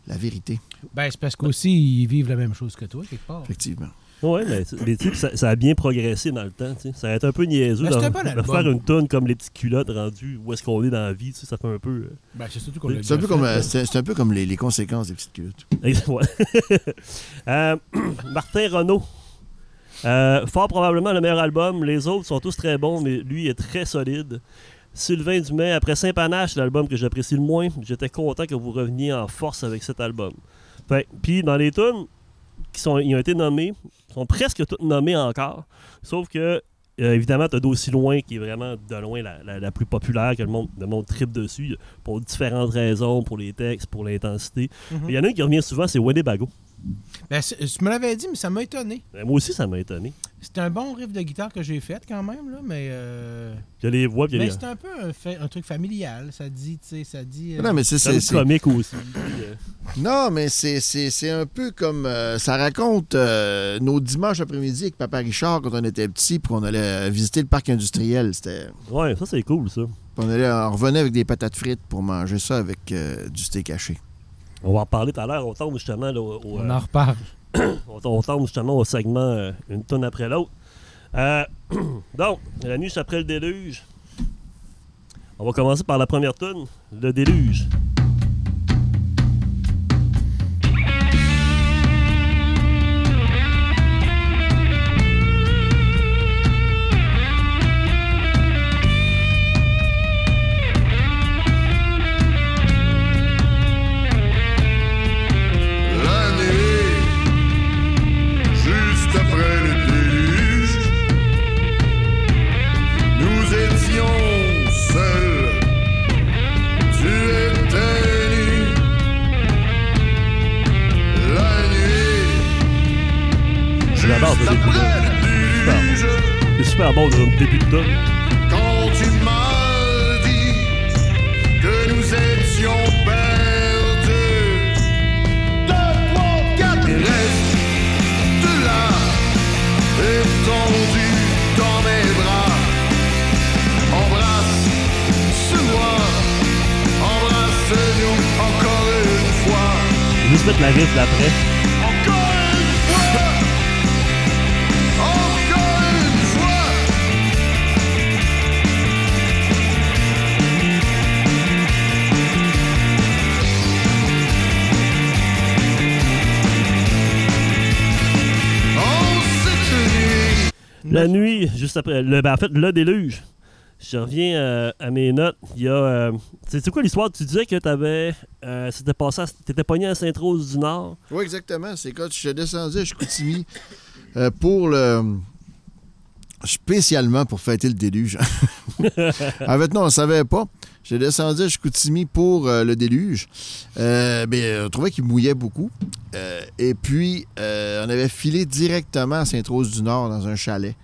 C: la vérité,
B: Ben, c'est parce qu'aussi, ils vivent la même chose que toi, quelque part.
C: effectivement.
A: Ouais, mais, tu- mais tu sais, ça, ça a bien progressé dans le temps. tu sais. Ça a été un peu niaiseux
B: Mais
A: d'en-
B: c'était pas
A: de
B: l'album.
A: faire une tonne comme les petites culottes rendues où est-ce qu'on est dans la vie. tu sais, Ça fait un peu. euh,
B: Ben, c'est surtout qu'on l'a
C: C'est un,
B: déjà
C: peu comme,
B: fait,
C: euh,
B: là.
C: c'est c'est un peu comme les, les conséquences des petites culottes.
A: Ex- ouais. Euh, Martin Renault. Euh, fort probablement le meilleur album. Les autres sont tous très bons, mais lui est très solide. Sylvain Dumais, après Saint-Panache, l'album que j'apprécie le moins, j'étais content que vous reveniez en force avec cet album. Fait- Puis dans les tunes qui sont, ils ont été nommés, sont presque toutes nommées encore, sauf que euh, évidemment, t'as d'aussi loin qui est vraiment de loin la, la- la plus populaire que le monde, le monde tripe dessus pour différentes raisons, pour les textes, pour l'intensité.
B: Mhm.
A: Il y en a un qui revient souvent, c'est Winnebago.
B: Ben, c'est- je me l'avais dit, mais ça m'a étonné.
A: Euh, Moi aussi, ça m'a étonné.
B: C'est un bon riff de guitare que j'ai fait quand même, là, mais. euh,
A: Il y a les voix, puis il y a
C: Ben,
B: Mais
A: les-
B: c'est un peu un, fait- un truc familial. Ça dit, tu sais, ça dit. euh,
C: Non, mais c'est-
A: c'est
C: c'est.
A: un
C: c'est-
A: comique aussi. puis, euh,
C: Non, mais c'est- c'est c'est un peu comme. euh, ça raconte euh, nos dimanches après-midi avec Papa Richard quand on était petit, puis on allait euh, visiter le parc industriel. C'était.
A: Ouais, ça c'est cool ça.
C: puis On, allait, on revenait avec des patates frites pour manger ça avec euh, du steak caché.
A: On va en parler tout à l'heure. On tombe justement là, au, au, euh,
B: On en reparle.
A: on, on tombe justement au segment euh, une tonne après l'autre. Euh, donc, la nuit après le déluge. On va commencer par la première tonne, le déluge.
D: La nuit, juste après le déluge, nous étions seuls. Tu étais nu. La nuit, juste
A: J'adore ce début
D: après
A: de-
D: le déluge.
A: C'est super bon dans le début de tonne.
D: Quand tu m'as dit que nous étions perdus, deux, trois, quatre, reste de là, étendu dans mes bras. Embrasse-moi, embrasse-nous encore une fois,
A: Juste mettre la riff d'après.
D: encore une fois, encore une fois. Oh, cette nuit.
A: La nuit, juste après. Le, ben, en fait, le déluge. Je reviens euh, à mes notes. Il y a. euh, c'est c'est quoi l'histoire? Tu disais que t'avais. Euh, c'était passé à- T'étais pogné à Sainte-Rose du Nord.
C: Oui, exactement. C'est quand je descendais à Chicoutimi euh, pour le. spécialement pour fêter le déluge. en fait, non, on ne savait pas. J'ai descendu à Chicoutimi pour euh, le déluge. Euh, ben, on trouvait qu'il mouillait beaucoup. Euh, et puis, euh, on avait filé directement à Sainte-Rose-du-Nord dans un chalet.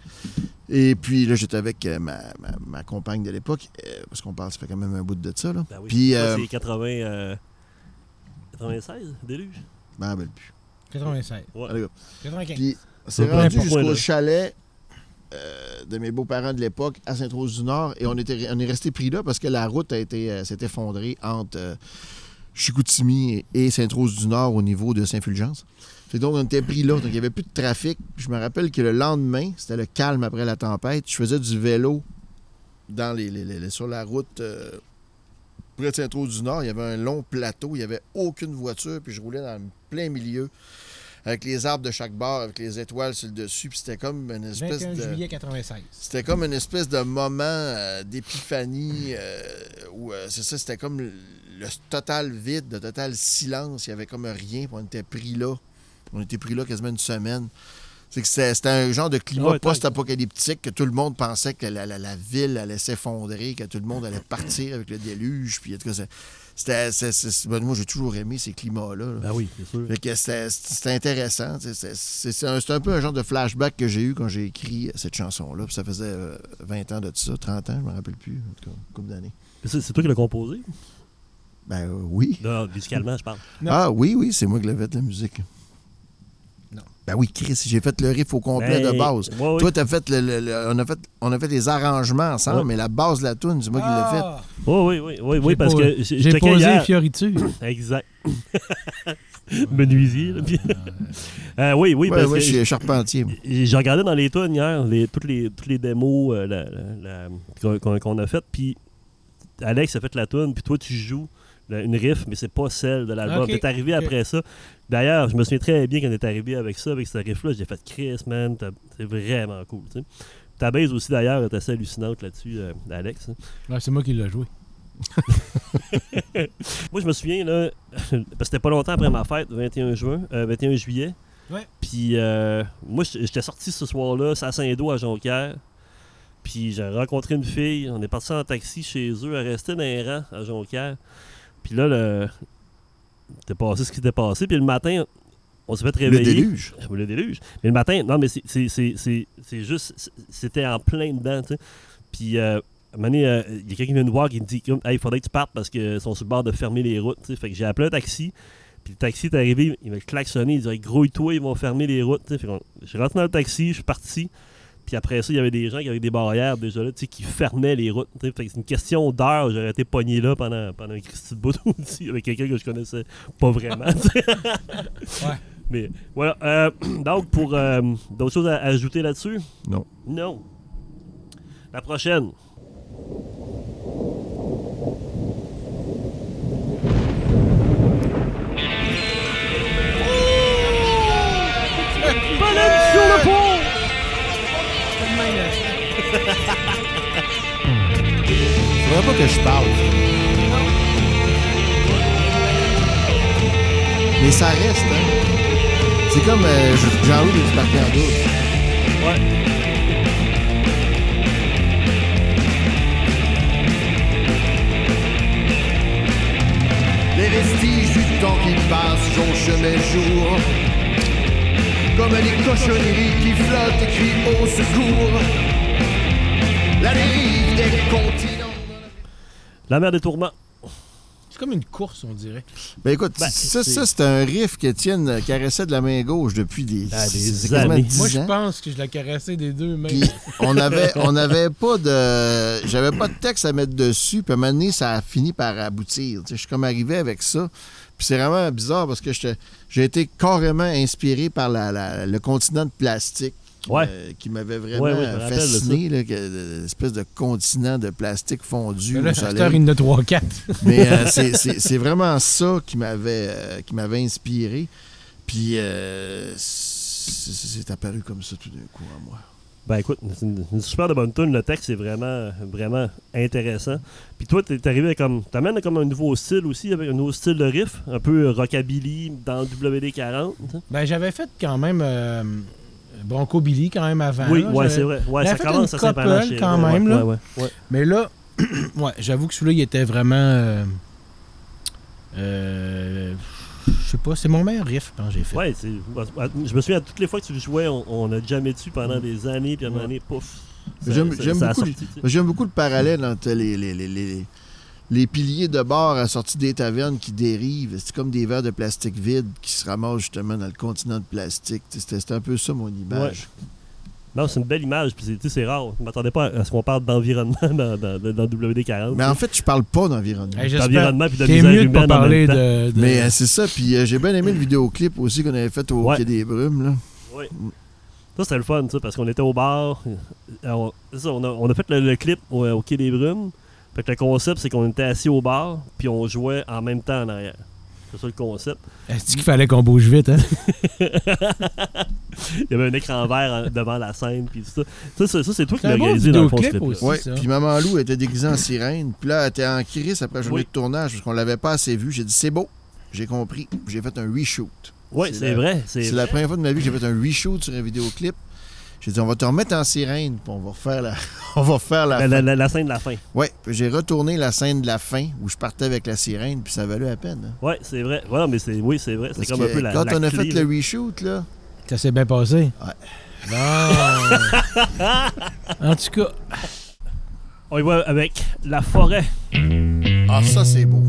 C: Et puis, là, j'étais avec euh, ma, ma- ma compagne de l'époque, euh, parce qu'on parle, ça fait quand même un bout de ça. Là.
A: Ben oui.
C: Puis,
A: Ça,
C: euh,
A: c'est 80. euh, 96, déluge.
C: je m'en rappelle plus.
B: 96.
C: Allez, go.
B: 95.
C: Puis on s'est
A: Peu
C: rendu
A: importe, là.
C: jusqu'au chalet euh, de mes beaux-parents de l'époque à Sainte-Rose-du-Nord et on, était, on est resté pris là parce que la route a été, euh, s'est effondrée entre euh, Chicoutimi et Sainte-Rose-du-Nord au niveau de Saint-Fulgence. Fait donc, on était pris là, donc il n'y avait plus de trafic. Puis je me rappelle que le lendemain, c'était le calme après la tempête, je faisais du vélo dans les, les- les- les- sur la route euh, près de Sainte-Rose-du-Nord. Il y avait un long plateau, il n'y avait aucune voiture, puis je roulais dans le plein milieu avec les arbres de chaque bord, avec les étoiles sur le dessus, puis c'était comme une espèce
B: 21
C: de...
B: juillet 96.
C: C'était comme une espèce de moment euh, d'épiphanie euh, où euh, c'est ça, c'était comme le le total vide, le total silence. Il y avait comme rien, puis on était pris là. On était pris là quasiment une semaine. C'est que c'était c'était un genre de climat
A: Ah ouais,
C: post-apocalyptique que tout le monde pensait que la, la- la ville allait s'effondrer, que tout le monde allait partir avec le déluge. Puis en tout cas, c'est- c'était. c'est- c'est- ben, moi, j'ai toujours aimé ces climats-là. là.
A: Ben oui, c'est sûr.
C: Fait que c'était- c'était intéressant. tu sais, C'est c'est- c'est un, c'est un peu un genre de flashback que j'ai eu quand j'ai écrit cette chanson-là. Puis Ça faisait euh, 20 ans de tout ça, 30 ans, je me rappelle plus, en tout cas, une couple d'années.
A: C'est c'est toi qui l'as composé?
C: Ben euh, oui.
A: Non, musicalement, je parle.
B: Non.
C: Ah oui, oui, c'est moi qui l'ai fait, la musique.
B: Non.
C: Ben oui, Chris, j'ai fait le riff au complet
A: Ben,
C: de base.
A: ouais, ouais.
C: Toi, t'as fait le, le- le- on, a fait, on a fait les arrangements ensemble,
A: Ouais.
C: mais la base de la tune, c'est moi
B: Ah!
C: qui l'ai fait.
A: Oh, oui, oui, oui, oui, parce que j'ai-
B: j'ai
A: j'étais
B: posé
A: hier-
B: les fioritures.
A: Exact. Menuisier, là. puis- Euh, oui, oui,
C: ouais,
A: parce
C: ouais,
A: que
C: je suis charpentier. moi.
A: Et J'ai regardé dans les tunes hier, les, toutes, les, toutes les démos euh, la- la- la- qu'on- qu'on qu'on a faites, puis Alex a fait la tune, puis toi tu joues la- une riff, mais c'est pas celle de l'album.
B: Ok,
A: T'es arrivé
B: ok.
A: après ça. D'ailleurs, je me souviens très bien quand t'es arrivé avec ça, avec ce riff-là, j'ai fait Chris, man, t'as- c'est vraiment cool. tu sais. Ta base aussi, d'ailleurs, est assez hallucinante là-dessus, euh, Alex.
B: Ouais, c'est moi qui l'ai joué.
A: Moi, je me souviens, là, parce que c'était pas longtemps après ma fête, 21 juin, euh, 21 juillet.
B: Ouais.
A: Puis, euh, moi, j- j'étais sorti ce soir-là, c'est à Saint-Dos, à Jonquière. Puis, j'ai rencontré une fille. On est parti en taxi chez eux, elle restait dans les rangs à Jonquière. Puis là, le... c'était passé ce qui s'était passé. Puis le matin, on s'est fait
C: Le
A: réveiller.
C: déluge.
A: Ah, Le déluge. Mais le matin, non, mais c'est- c'est- c'est c'est- c'est juste, c'est- c'était en plein dedans, tu sais. Puis, euh, à un moment donné, euh, il y a quelqu'un qui vient nous voir qui me dit comme, Hey, il faudrait que tu partes parce qu'ils sont sur le bord de fermer les routes, tu sais. Fait que j'ai appelé un taxi. Puis le taxi est arrivé, il m'a klaxonné, il dit Grouille-toi, ils vont fermer les routes, tu sais. Fait qu'on- J'ai rentré dans le taxi, je suis parti. Puis après ça, il y avait des gens qui avaient des barrières déjà là, tu sais, qui fermaient les routes. tu sais. Fait que c'est une question d'heure, j'aurais été pogné là pendant, pendant un Christy de bout aussi, avec quelqu'un que je connaissais pas vraiment. tu sais. Mais voilà. euh, donc, pour euh, d'autres choses à ajouter là-dessus?
C: Non.
A: Non. La prochaine. sur le pont!
C: Faudrait pas que je parle. Mais ça reste, hein. C'est comme euh, Jean-Louis du Parti en douce.
A: Ouais.
E: Les vestiges du temps qui passe jonchent mes jours Comme des cochonneries qui flottent et crient au secours La dérive des continents
A: La mer des tourments.
B: C'est comme une course, on dirait.
C: Ben écoute,
A: Ben,
C: ça,
A: c'est-
C: ça, c'est un riff qu'Étienne euh, caressait de la main gauche depuis des,
A: Ah, des
C: c'est quasiment
A: années.
C: 10
B: Moi, je
C: ans.
B: pense que je la caressais des deux mains.
C: Puis on avait, on avait pas de. J'avais pas de texte à mettre dessus. Puis à un moment donné, ça a fini par aboutir. Tu sais, Je suis comme arrivé avec ça. Puis c'est vraiment bizarre parce que j'étais- j'ai été carrément inspiré par la- la- le continent de plastique. qui
A: Ouais.
C: me- qui m'avait vraiment
A: Ouais, ouais, je me rappelle de
C: fasciné, là, que- l'espèce de continent de plastique fondu
B: Mais
C: au
B: là, cette heure,
C: soleil.
B: il y en a 3-4.
C: Mais euh, c'est- c'est c'est vraiment ça qui m'avait euh, qui m'avait inspiré. Puis euh, c'est c'est apparu comme ça tout d'un coup à moi.
A: Ben écoute, c'est une, une super de bonne tune. Le texte est vraiment, vraiment intéressant. Puis toi, t'es arrivé avec comme. T'amènes comme un nouveau style aussi, avec un nouveau style de riff, un peu rockabilly dans le WD40. t'sais.
B: Ben, j'avais fait quand même euh, Bronco Billy quand même avant.
A: oui,
B: là.
A: ouais,
B: J'avais-
A: c'est vrai. Ouais,
B: j'avais
A: ça
B: fait
A: commence
B: une
A: à s'imparler
B: couple,
A: chez-
B: quand
A: ouais,
B: même,
A: ouais,
B: là.
A: ouais, ouais.
B: Mais là, ouais, j'avoue que celui-là, il était vraiment. euh, euh, je sais pas, c'est mon meilleur riff quand j'ai fait.
A: Ouais, c'est- je me souviens, à toutes les fois que tu le jouais, on, on a jamais dessus pendant des années, puis à un moment donné, pouf. ça-
C: J'aime-
A: ça-
C: j'aime
A: ça a
C: beaucoup
A: sorti, tu sais.
C: J'aime beaucoup le parallèle entre les, les, les, les- les piliers de bar à sortie des tavernes qui dérivent. C'est comme des verres de plastique vide qui se ramassent justement dans le continent de plastique. Tu sais, C'était c'était un peu ça mon image.
A: Non, c'est une belle image, puis c'est- tu sais, c'est rare. Je m'attendais pas à à ce qu'on parle d'environnement dans, dans, dans WD40.
C: Mais en fait, je parle pas d'environnement.
B: Hey, j'espère
A: d'environnement puis de
B: T'es
A: misère
B: mieux de pas
A: humaine en même
B: parler
A: temps.
B: de. de-
C: Mais euh, c'est ça. Puis euh, j'ai bien aimé le vidéoclip aussi qu'on avait fait au
A: Ouais.
C: Quai des Brumes. Là.
A: Ça, c'était le fun, ça, parce qu'on était au bar. Euh, on- c'est ça, on a, on a fait le, le clip au, au Quai des Brumes. Fait que le concept, c'est qu'on était assis au bar, puis on jouait en même temps en arrière. C'est ça le concept.
B: Est-ce qu'il fallait qu'on bouge vite, hein?
A: Il y avait un écran vert en- devant la scène, puis tout ça. Ça, c'est- ça, c'est toi qui
B: C'est
A: l'as
B: un bon
A: réalisé dans le fond, ce
B: vidéoclip
A: clip-là.
B: aussi. C'est
C: Ouais.
B: ça.
C: Puis Maman Lou était déguisée en sirène. Puis là, elle était en crise après la journée
A: Oui.
C: de tournage parce qu'on l'avait pas assez vu. J'ai dit c'est beau. J'ai compris. J'ai fait un reshoot.
A: Oui,
C: C'est
A: c'est
C: la-
A: vrai.
C: C'est
A: vrai.
C: la première fois de ma vie que j'ai fait un reshoot sur un vidéoclip. J'ai dit, on va te remettre en sirène, puis on va refaire la. on va refaire la.
A: La, la- la- la scène de la fin.
C: Ouais, puis j'ai retourné la scène de la fin où je partais avec la sirène, puis ça valait la peine. hein.
A: Oui, c'est vrai. Voilà, mais c'est, oui, c'est vrai. C'est
C: Parce
A: comme un
C: que
A: peu la.
C: quand
A: la
C: on a
A: clé,
C: fait
A: là.
C: le reshoot, là,
B: Ça s'est bien passé?
C: Ouais.
B: Non! en tout cas,
A: On y va avec La forêt.
C: ah, ça c'est beau.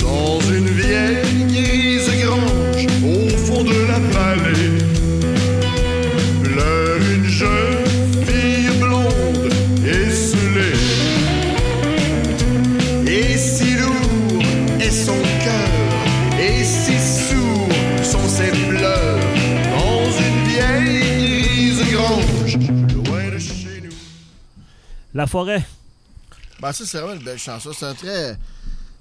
E: Dans une vieille grise grange au fond de la vallée pleure une jeune fille blonde esselée. Et si lourd est son cœur, et si sourds sont ses pleurs, dans une vieille grise grange, loin de chez nous.
A: La forêt.
C: Ben, ça, c'est vraiment une belle chanson. C'est un très.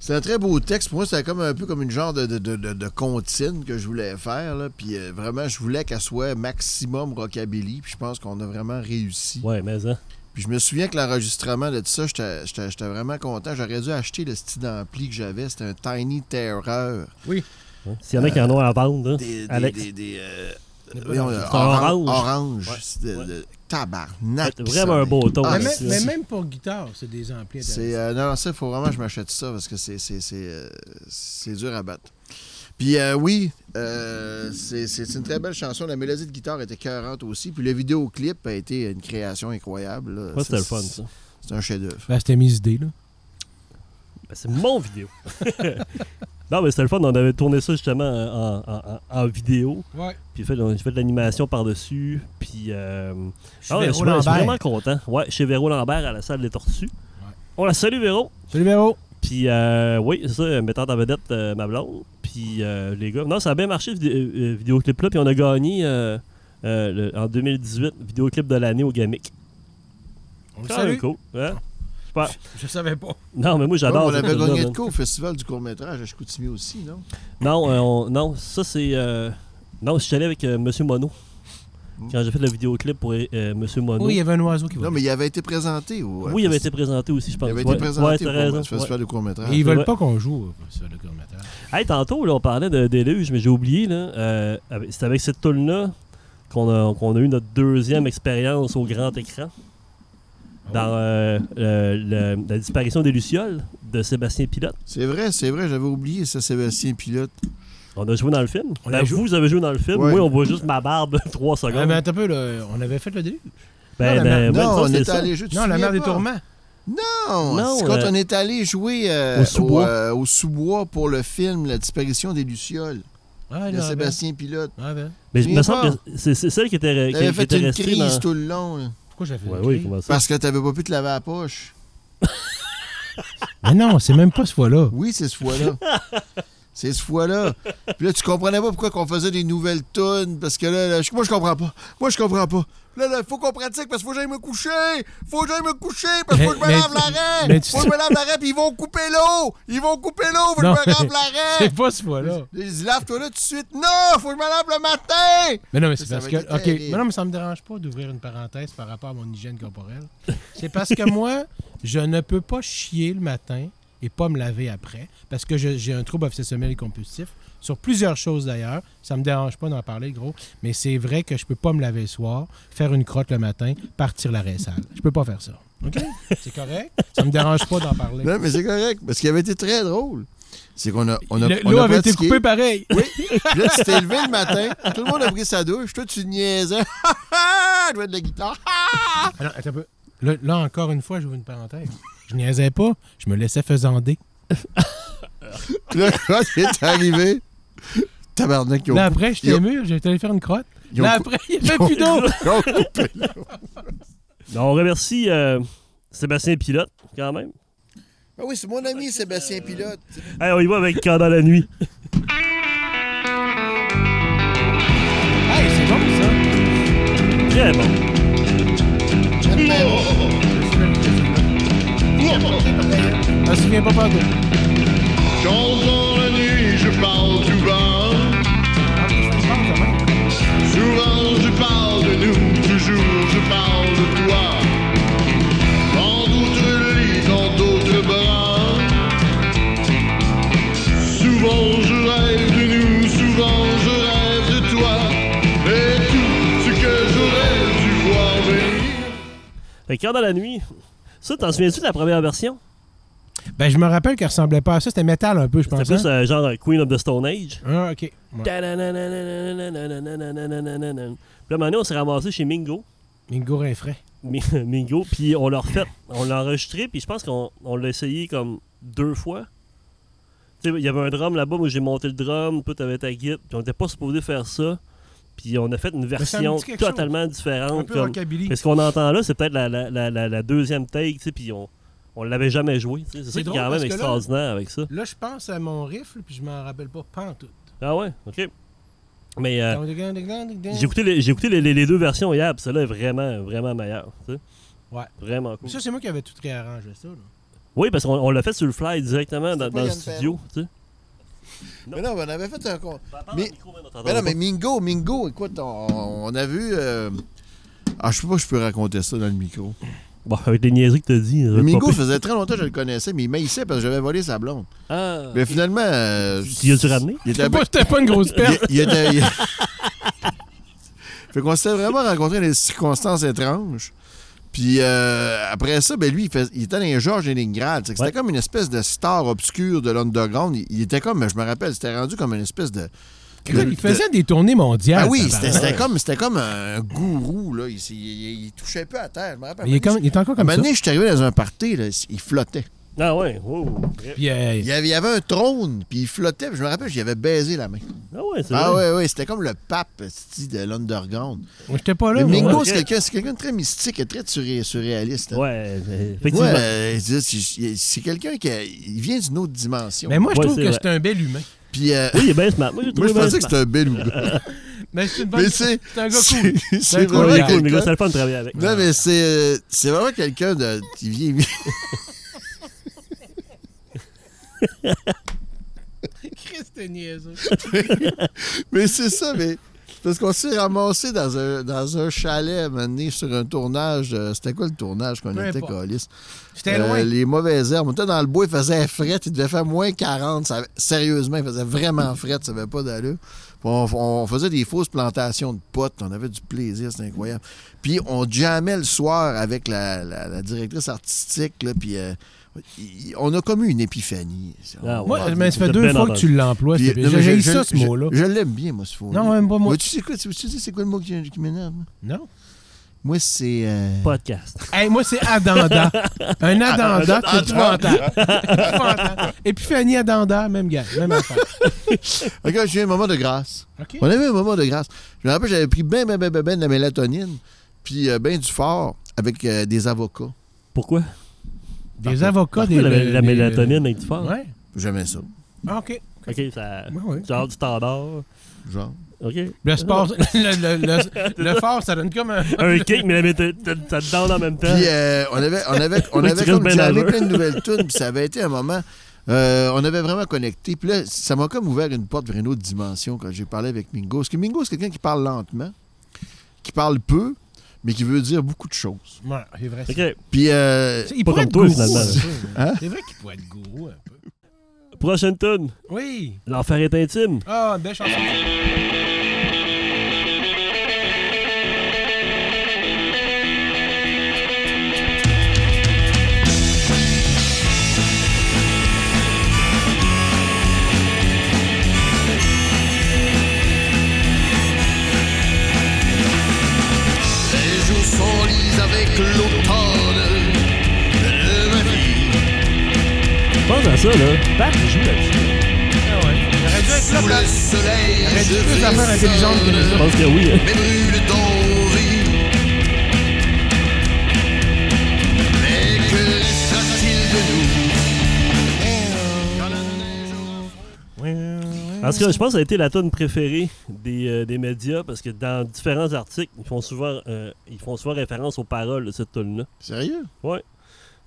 C: C'est un très beau texte. Pour moi, c'était comme un peu comme une genre de, de, de, de- de comptine que je voulais faire. Là. Puis euh, vraiment, je voulais qu'elle soit maximum rockabilly. Puis je pense qu'on a vraiment réussi.
A: Ouais, mais hein.
C: Puis je me souviens que l'enregistrement de ça, j'étais j'étais- j'étais vraiment content. J'aurais dû acheter le style d'ampli que j'avais. C'était un Tiny Terror.
A: Ouais. S'il y en a qui en ont à vendre, hein.
C: Euh, Des, des-
A: Alex.
C: des- des, euh,
B: Des
C: voyons,
B: bonnes
C: euh,
A: C'est un orange.
C: orange. orange.
A: Ouais.
C: C'était
A: Ouais.
C: le tabarnak.
A: C'est vraiment un beau ton.
C: Ah,
A: là,
B: mais, même-
A: c'est-
B: mais même pour guitare, c'est des amplis.
C: C'est,
B: intéressants.
C: euh, non, ça, il faut vraiment que je m'achète ça parce que c'est, c'est, c'est, euh, c'est dur à battre. Puis euh, oui, euh, c'est, c'est une très belle chanson. La mélodie de guitare était cohérente aussi. Puis le vidéoclip a été une création incroyable. là.
A: Ouais, c'était le
C: C'est-
A: fun, ça.
C: C'est un chef-d'œuvre.
B: Ben, c'était mes idées, là.
A: Ben, c'est mon vidéo. non, mais c'était le fun. On avait tourné ça justement euh, en, en- en- en vidéo.
B: Ouais.
A: Puis fait, j'ai fait de l'animation par-dessus. Puis. euh, ah ouais, je suis je
B: Véro
A: suis
B: Lambert.
A: vraiment content. Ouais, chez Véro Lambert à la salle des Tortues. On la salue, Véro.
B: Salut, Véro.
A: Puis, euh, oui, c'est ça, mettant en vedette euh, ma blonde. Puis, euh, les gars. Non, ça a bien marché, le vidé- euh, euh, vidéoclip-là. Puis, on a gagné euh, euh, le- en 2018, vidéoclip de l'année au Gamic.
B: On le
A: Quand même
B: salue.
A: cool. hein?
B: Je savais pas.
A: Non, mais moi,
C: Ouais,
A: j'adore.
C: on
A: cette
C: avait
A: tune-là,
C: gagné
A: man.
C: de quoi au festival du court-métrage à Chicoutimi aussi, non?
A: Non, euh, on- non, ça c'est. euh, non, je suis allé avec euh, Monsieur Mono.
C: Hmm.
A: Quand j'ai fait le vidéoclip pour euh, Monsieur Mono.
B: Oui, il y avait un oiseau qui
C: Non,
B: volait.
C: mais il avait été présenté. Au,
A: Oui, il avait été présenté aussi, je pense.
C: Il avait
A: Ouais,
C: été présenté
A: ouais,
C: au
A: t'as
C: court-
A: raison.
C: au festival du court-métrage.
B: Et ils
A: c'est
B: veulent
A: vrai.
B: pas qu'on joue euh, sur le commentaire.
A: ouais. Hey, tantôt, là, on parlait de déluge, mais j'ai oublié. là. euh, avec- c'est avec cette toune-là qu'on a, qu'on a eu notre deuxième expérience au grand écran. Dans euh, euh, le- la disparition des Lucioles de Sébastien Pilote.
C: C'est vrai, c'est vrai, j'avais oublié ça, Sébastien Pilote.
A: On a joué dans le film.
B: On
A: Ben,
B: a joué.
A: vous avez joué dans le film.
C: Ouais. ben,
A: Moi, on voit juste ma barbe trois secondes.
B: Ah, mais attends un peu, là, on avait fait le déluge.
A: Ben,
B: non, la
A: ben,
B: mer-
A: ben,
C: non,
A: ça,
C: on
A: c'est
C: était
A: ça.
C: allé jouer. tu te
B: Non, la
C: souviens
B: mer des
C: pas?
B: tourments.
C: Non,
A: Non,
C: c'est quand
A: euh,
C: on est allé jouer euh,
A: au
C: au
A: sous-bois.
C: euh, au sous-bois pour le film La disparition des Lucioles
B: Ouais,
C: de
B: Ah, là,
C: Sébastien Pilote.
B: ouais, ben.
A: Mais je
C: Viens
A: me semble
C: voir.
A: que c'est c'est celle qui était, qui,
C: T'avais
A: qui
C: fait
A: était
C: une
A: restée
C: crise
A: dans...
C: tout le long là,
B: Pourquoi j'avais
A: Ouais,
B: fait
A: oui, comment ça?
C: parce que t'avais pas pu te laver la poche.
B: Mais Ah non, c'est même pas ce fois-là.
C: Oui, c'est ce fois-là. c'est ce fois-là. Puis là, tu comprenais pas pourquoi qu'on faisait des nouvelles tunes parce que là, là, je- moi je comprends pas. Moi je comprends pas. Là, là, faut qu'on pratique parce que faut que j'aille me coucher. Faut que j'aille me coucher parce que faut que je me
B: Mais-
C: lave
B: mais
C: l'arrêt.
B: tu-
C: Faut que je me lave l'arrêt puis ils vont couper l'eau. Ils vont couper l'eau. Faut que je
B: Non,
C: me lave
B: mais-
C: l'arrêt.
B: C'est pas ce fois-là.
C: Ils disent, lave-toi là tout de suite. Non, faut que je me lave le matin.
B: Mais non, mais c'est
C: Ça,
B: parce
C: ça
B: que.
C: va être
B: OK.
C: terrible.
B: Mais non, mais ça me dérange pas d'ouvrir une parenthèse par rapport à mon hygiène corporelle. C'est parce que moi, je ne peux pas chier le matin et pas me laver après parce que je- j'ai un trouble obsessionnel et compulsif sur plusieurs choses d'ailleurs. Ça me dérange pas d'en parler, gros. Mais c'est vrai que je peux pas me laver le soir, faire une crotte le matin, partir l'arrêt sale. Je peux pas faire ça. OK? C'est correct? Ça me dérange pas d'en parler.
C: Non, mais c'est correct parce qu'il avait été très drôle. C'est qu'on a, on a,
B: Le-
C: on
B: L'eau
C: a
B: avait été
C: pratiqué.
B: coupée pareil.
C: Puis Là, tu t'es levé le matin, tout le monde a pris sa douche, toi, tu niaisais. Je jouais de la guitare.
B: Ah non, attends un peu. Là, là, encore une fois, j'ouvre une parenthèse. Je niaisais pas, je me laissais faisander.
C: Puis là, quand t'es arrivé, tabarnak, ils ont,
B: Là, après, j'étais
C: ils ont-
B: mûr, j'étais allé faire une crotte.
C: ils ont
B: Là,
C: cou-
B: après, il n'y avait
C: ils ont-
B: plus d'eau.
C: ils ont coupé.
A: On remercie euh, Sébastien Pilote, quand même.
C: Ah oui, c'est mon ami, Sébastien Pilote.
A: Hey, on y va avec Quand dans la nuit.
B: Hey, c'est bon, ça.
A: Très bon.
B: Ah, se souvient pas pas d'eau.
E: Quand dans la nuit je parle tout bas, souvent je parle de nous, toujours je parle de toi. Dans d'autres lits, dans d'autres bras, souvent je rêve de nous, souvent je rêve de toi. Et tout ce que je rêve, tu vois venir.
A: Fait que Quand dans la nuit. Ça, t'en souviens-tu de la première version?
B: Ben, je me rappelle qu'elle ressemblait pas à ça. C'était métal un peu, je pense.
A: C'était plus
B: hein?
A: euh, genre Queen of the Stone Age.
B: Ah, OK. Ouais.
A: Ta-da-na-na-na-na-na-na-na-na-na-na-na. Puis là, un moment donné, on s'est ramassé chez Mingo.
B: Mingo Rinfray.
A: Mi- Mingo, puis on l'a refait. On l'a enregistré, puis je pense qu'on on l'a essayé comme deux fois. Tu sais, Il y avait un drum là-bas, moi j'ai monté le drum, toi t'avais ta guide, puis on n'était pas supposé faire ça. Puis on a fait une
B: ça me
A: version
B: dit quelque chose.
A: totalement différente.
B: Un peu
A: comme-
B: rockabilly.
A: Mais ce qu'on entend là, c'est peut-être la, la- la- la- la deuxième take, tu sais, puis on, on l'avait jamais joué. tu sais. C'est ça qui est
B: drôle
A: quand
B: parce
A: même
B: que là-
A: extraordinaire avec ça.
B: Là, je pense à mon rifle, puis je m'en rappelle pas pantoute.
A: Ah ouais, ok. Mais euh, j'ai
B: tout.
A: écouté, les, j'ai écouté les, les- les deux versions hier, puis celle-là est vraiment, vraiment meilleure. tu sais.
B: Ouais.
A: Vraiment cool.
B: Ça, c'est moi qui avais tout réarrangé ça. là.
A: Oui, parce qu'on on l'a fait sur le fly directement dans,
C: pas
A: dans le
C: Yann
A: studio. Tu sais.
C: Mais non, mais on avait fait un. con- Mais- Mais non,
A: mais,
C: mais Mingo, Mingo, écoute, on, on a vu. euh, Ah, je sais pas si je peux raconter ça dans le micro.
A: Bon, avec les niaiseries que t'as dit. euh, ça va
C: Le Mingo,
A: popper.
C: ça faisait très longtemps que je le connaissais, mais il maïssait parce que j'avais volé sa blonde.
A: Ah,
C: Mais finalement. euh,
A: Tu l'as-tu ramené?
C: Il était
B: C'était pas,
C: avec-
B: c'était pas une grosse
C: il,
B: perte.
C: il était. il- fait qu'on s'était vraiment rencontrés dans des circonstances étranges. Puis euh, après ça, ben lui, il, fais- il était dans les Georges Leningrad. C'est que
A: Ouais.
C: C'était comme une espèce de star obscure de l'underground. Il, il était comme, je me rappelle, c'était rendu comme une espèce de. de-
B: Il
C: de-
B: faisait des tournées mondiales.
C: Ah oui, c'était
B: tabarnak.
C: c'était comme, c'était comme un gourou. Là. Il, s'est- il- il touchait peu à terre. Je me rappelle.
B: Il est, comme, il est encore
C: À un
B: comme
C: moment
B: ça.
C: donné, je suis arrivé dans un party, là, il flottait.
A: ah ouais, wow.
B: Puis, euh,
C: Il y avait, il y avait un trône, puis il flottait. puis je me rappelle, j'y avais baisé la main.
A: Ah ouais, c'est
C: Ah
A: vrai.
C: ouais, ouais, c'était comme le pape esti, de l'underground.
B: moi, j'étais pas là.
C: Le
B: moi.
C: Mingo,
A: ouais.
C: c'est quelqu'un c'est quelqu'un de très mystique et très surré- surréaliste. hein.
A: Ouais, euh,
C: Ouais,
A: effectivement.
C: euh, je veux dire, c'est c'est quelqu'un qui il vient d'une autre dimension.
B: Mais moi, je
A: Ouais,
B: trouve
A: c'est
B: que
A: vrai.
B: c'est un bel humain.
C: Puis, euh,
A: Oui, il est bien smart. Moi, j'ai trouvé
C: moi, je
A: bien
C: pensais que
A: smart.
C: c'était un bel gars.
B: Mais c'est une bonne-
C: Mais c'est.
B: c'est un gars cool.
C: c'est-
B: un
C: C'est
B: cool
C: vraiment
B: gars.
A: Cool, mais gars,
C: quelqu'un.
A: c'est le fun de travailler avec.
C: Non, mais c'est euh, c'est vraiment quelqu'un de. qui vient.
B: Christ, t'es niaiseux.
C: Mais c'est ça, mais. Parce qu'on s'est ramassé dans un, dans un chalet, mené sur un tournage. euh, C'était quoi le tournage qu'on
B: Peu
C: était,
B: importe.
C: Calis?
B: J'étais
C: Euh,
B: loin.
C: les mauvaises herbes. On était dans le bois, il faisait fret, il devait faire moins 40. ça avait- sérieusement, il faisait vraiment fret, ça n'avait pas d'allure. Puis On, on faisait des fausses plantations de potes, on avait du plaisir, c'était incroyable. Puis on jammait le soir avec la, la- la directrice artistique, là, puis euh, il- on a commis une épiphanie.
A: Ah,
B: Moi,
A: Ouais,
B: mais ça fait
A: c'est
B: deux
A: bien
B: fois que
A: entendu.
B: tu l'emploies.
C: Puis,
B: c'est-
C: non, mais
B: J'ai eu
C: je-
B: ça,
C: je-
B: ce mot-là.
C: Je, je l'aime bien, moi, ce mot
B: Non, même pas moi.
C: tu sais quoi, tu tu sais c'est quoi le mot qui, qui m'énerve? moi?
B: Non.
C: Moi, c'est... euh,
A: Podcast.
B: Hey, moi, c'est Adanda. Un Adanda, c'est épouvantable. Épouvantable. Et puis Fanny Adanda, même gars, même affaire.
C: Regarde, j'ai eu un moment de grâce.
B: OK.
C: On avait un moment de grâce. Je me rappelle, j'avais pris ben, ben, ben, ben, ben de la mélatonine, puis euh, ben du fort avec euh, des avocats.
A: Pourquoi?
B: Des avocats, des.
A: Pourquoi la,
B: des-
A: la
B: des-
A: mélatonine est fort?
B: Ouais.
C: J'aimais ça.
B: Ah, OK.
A: Ok, ça.
B: Ouais, ouais.
A: Genre du standard.
C: Genre.
A: Ok.
B: Le sport, le, le, le, le fort, ça donne comme un.
A: Un cake, mais la mélatonine, ça te donne en même temps.
C: Puis euh, on avait, on avait, on
A: Oui, tu
C: avait
A: restes
C: comme
A: ben
C: jamé
A: heureux.
C: plein de nouvelles tunes, puis ça avait été un moment. euh, on avait vraiment connecté. Puis là, ça m'a comme ouvert une porte vers une autre dimension quand j'ai parlé avec Mingo. Parce que Mingo, c'est quelqu'un qui parle lentement, qui parle peu, mais qui veut dire beaucoup de choses.
B: Ouais, c'est vrai. ça.
A: Ok.
C: Puis euh,
B: Tu sais, Il
A: Pas
B: pourrait être
A: comme toi,
B: gourou.
A: finalement.
B: un peu,
C: Hein?
B: C'est vrai qu'il pourrait être gourou un peu.
A: Prochaine tune.
B: Oui.
A: L'enfer est intime.
B: Ah, belle chanson.
E: Les jours s'enlisent avec l'automne de ma vie.
A: Pense à ça, là. Pat, il joue là-dessus.
B: Ah ouais. J'aurais dû être là.
E: Sous le soleil,
B: Arrête
E: je
B: juste d'affaires intelligentes que
E: frissonne,
A: Je pense que oui. hein.
E: mais brûle d'envie. Mais que sera-t-il de nous Quand la neige aura
A: En tout cas, je pense que ça a été la tune préférée des, euh, des médias parce que dans différents articles, ils font souvent, euh, ils font souvent référence aux paroles de cette tune là
C: sérieux?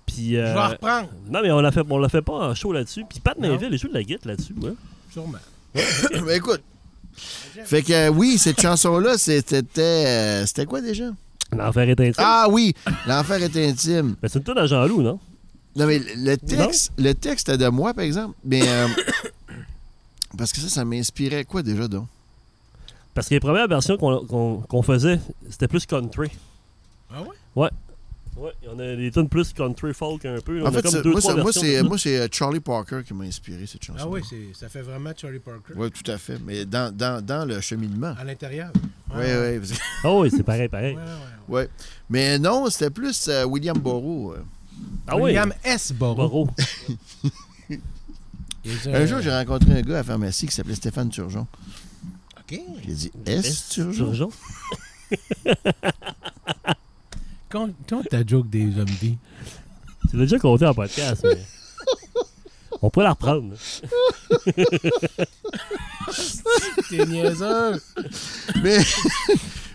A: Puis. euh,
B: Je vais en reprendre,
A: non, mais on la fait, on la fait pas en show là-dessus. Puis Pat
B: Non.
A: Mainville, il joue de la guitare là-dessus. Ouais.
B: sûrement.
C: Ben, écoute. Fait que euh, oui, cette chanson-là, c'était. euh, c'était quoi déjà?
A: L'enfer est intime.
C: Ah oui! L'enfer est intime.
A: Ben, c'est une tune à Jean-Loup, non?
C: Non, mais le le texte, le texte est de moi, par exemple. Mais. euh, parce que ça, ça m'inspirait quoi déjà, donc?
A: Parce que les premières versions qu'on qu'on- qu'on faisait, c'était plus country.
B: Ah ouais?
A: Ouais, on a des tunes plus country folk un peu.
C: En
A: on a
C: fait,
A: comme
C: ça-
A: deux,
C: moi,
A: trois
C: ça- moi,
A: versions
C: c'est
A: de ça.
C: moi, c'est, euh, Charlie Parker qui m'a inspiré cette chanson.
B: Ah oui, c'est- ça fait vraiment Charlie Parker.
C: Oui, tout à fait. Mais dans, dans, dans le cheminement.
B: À l'intérieur.
C: Oui,
B: Ouais, ouais.
C: oui. parce que-
A: Ah oui, c'est pareil, pareil.
B: Ouais, ouais, ouais.
C: ouais. Mais non, c'était plus euh, William Burroughs. euh.
A: Ah oui,
B: William S. Borro.
A: Moreau.
B: Euh.
C: Un jour, j'ai rencontré un gars à la pharmacie qui s'appelait Stéphane Turgeon.
B: OK.
C: J'ai dit Est Turgeon?
A: Turgeon.
B: Compte ta joke des zombies.
A: Tu l'as déjà compté en podcast, mais... On pourrait la reprendre. là.
B: T'es niaiseux.
C: Mais.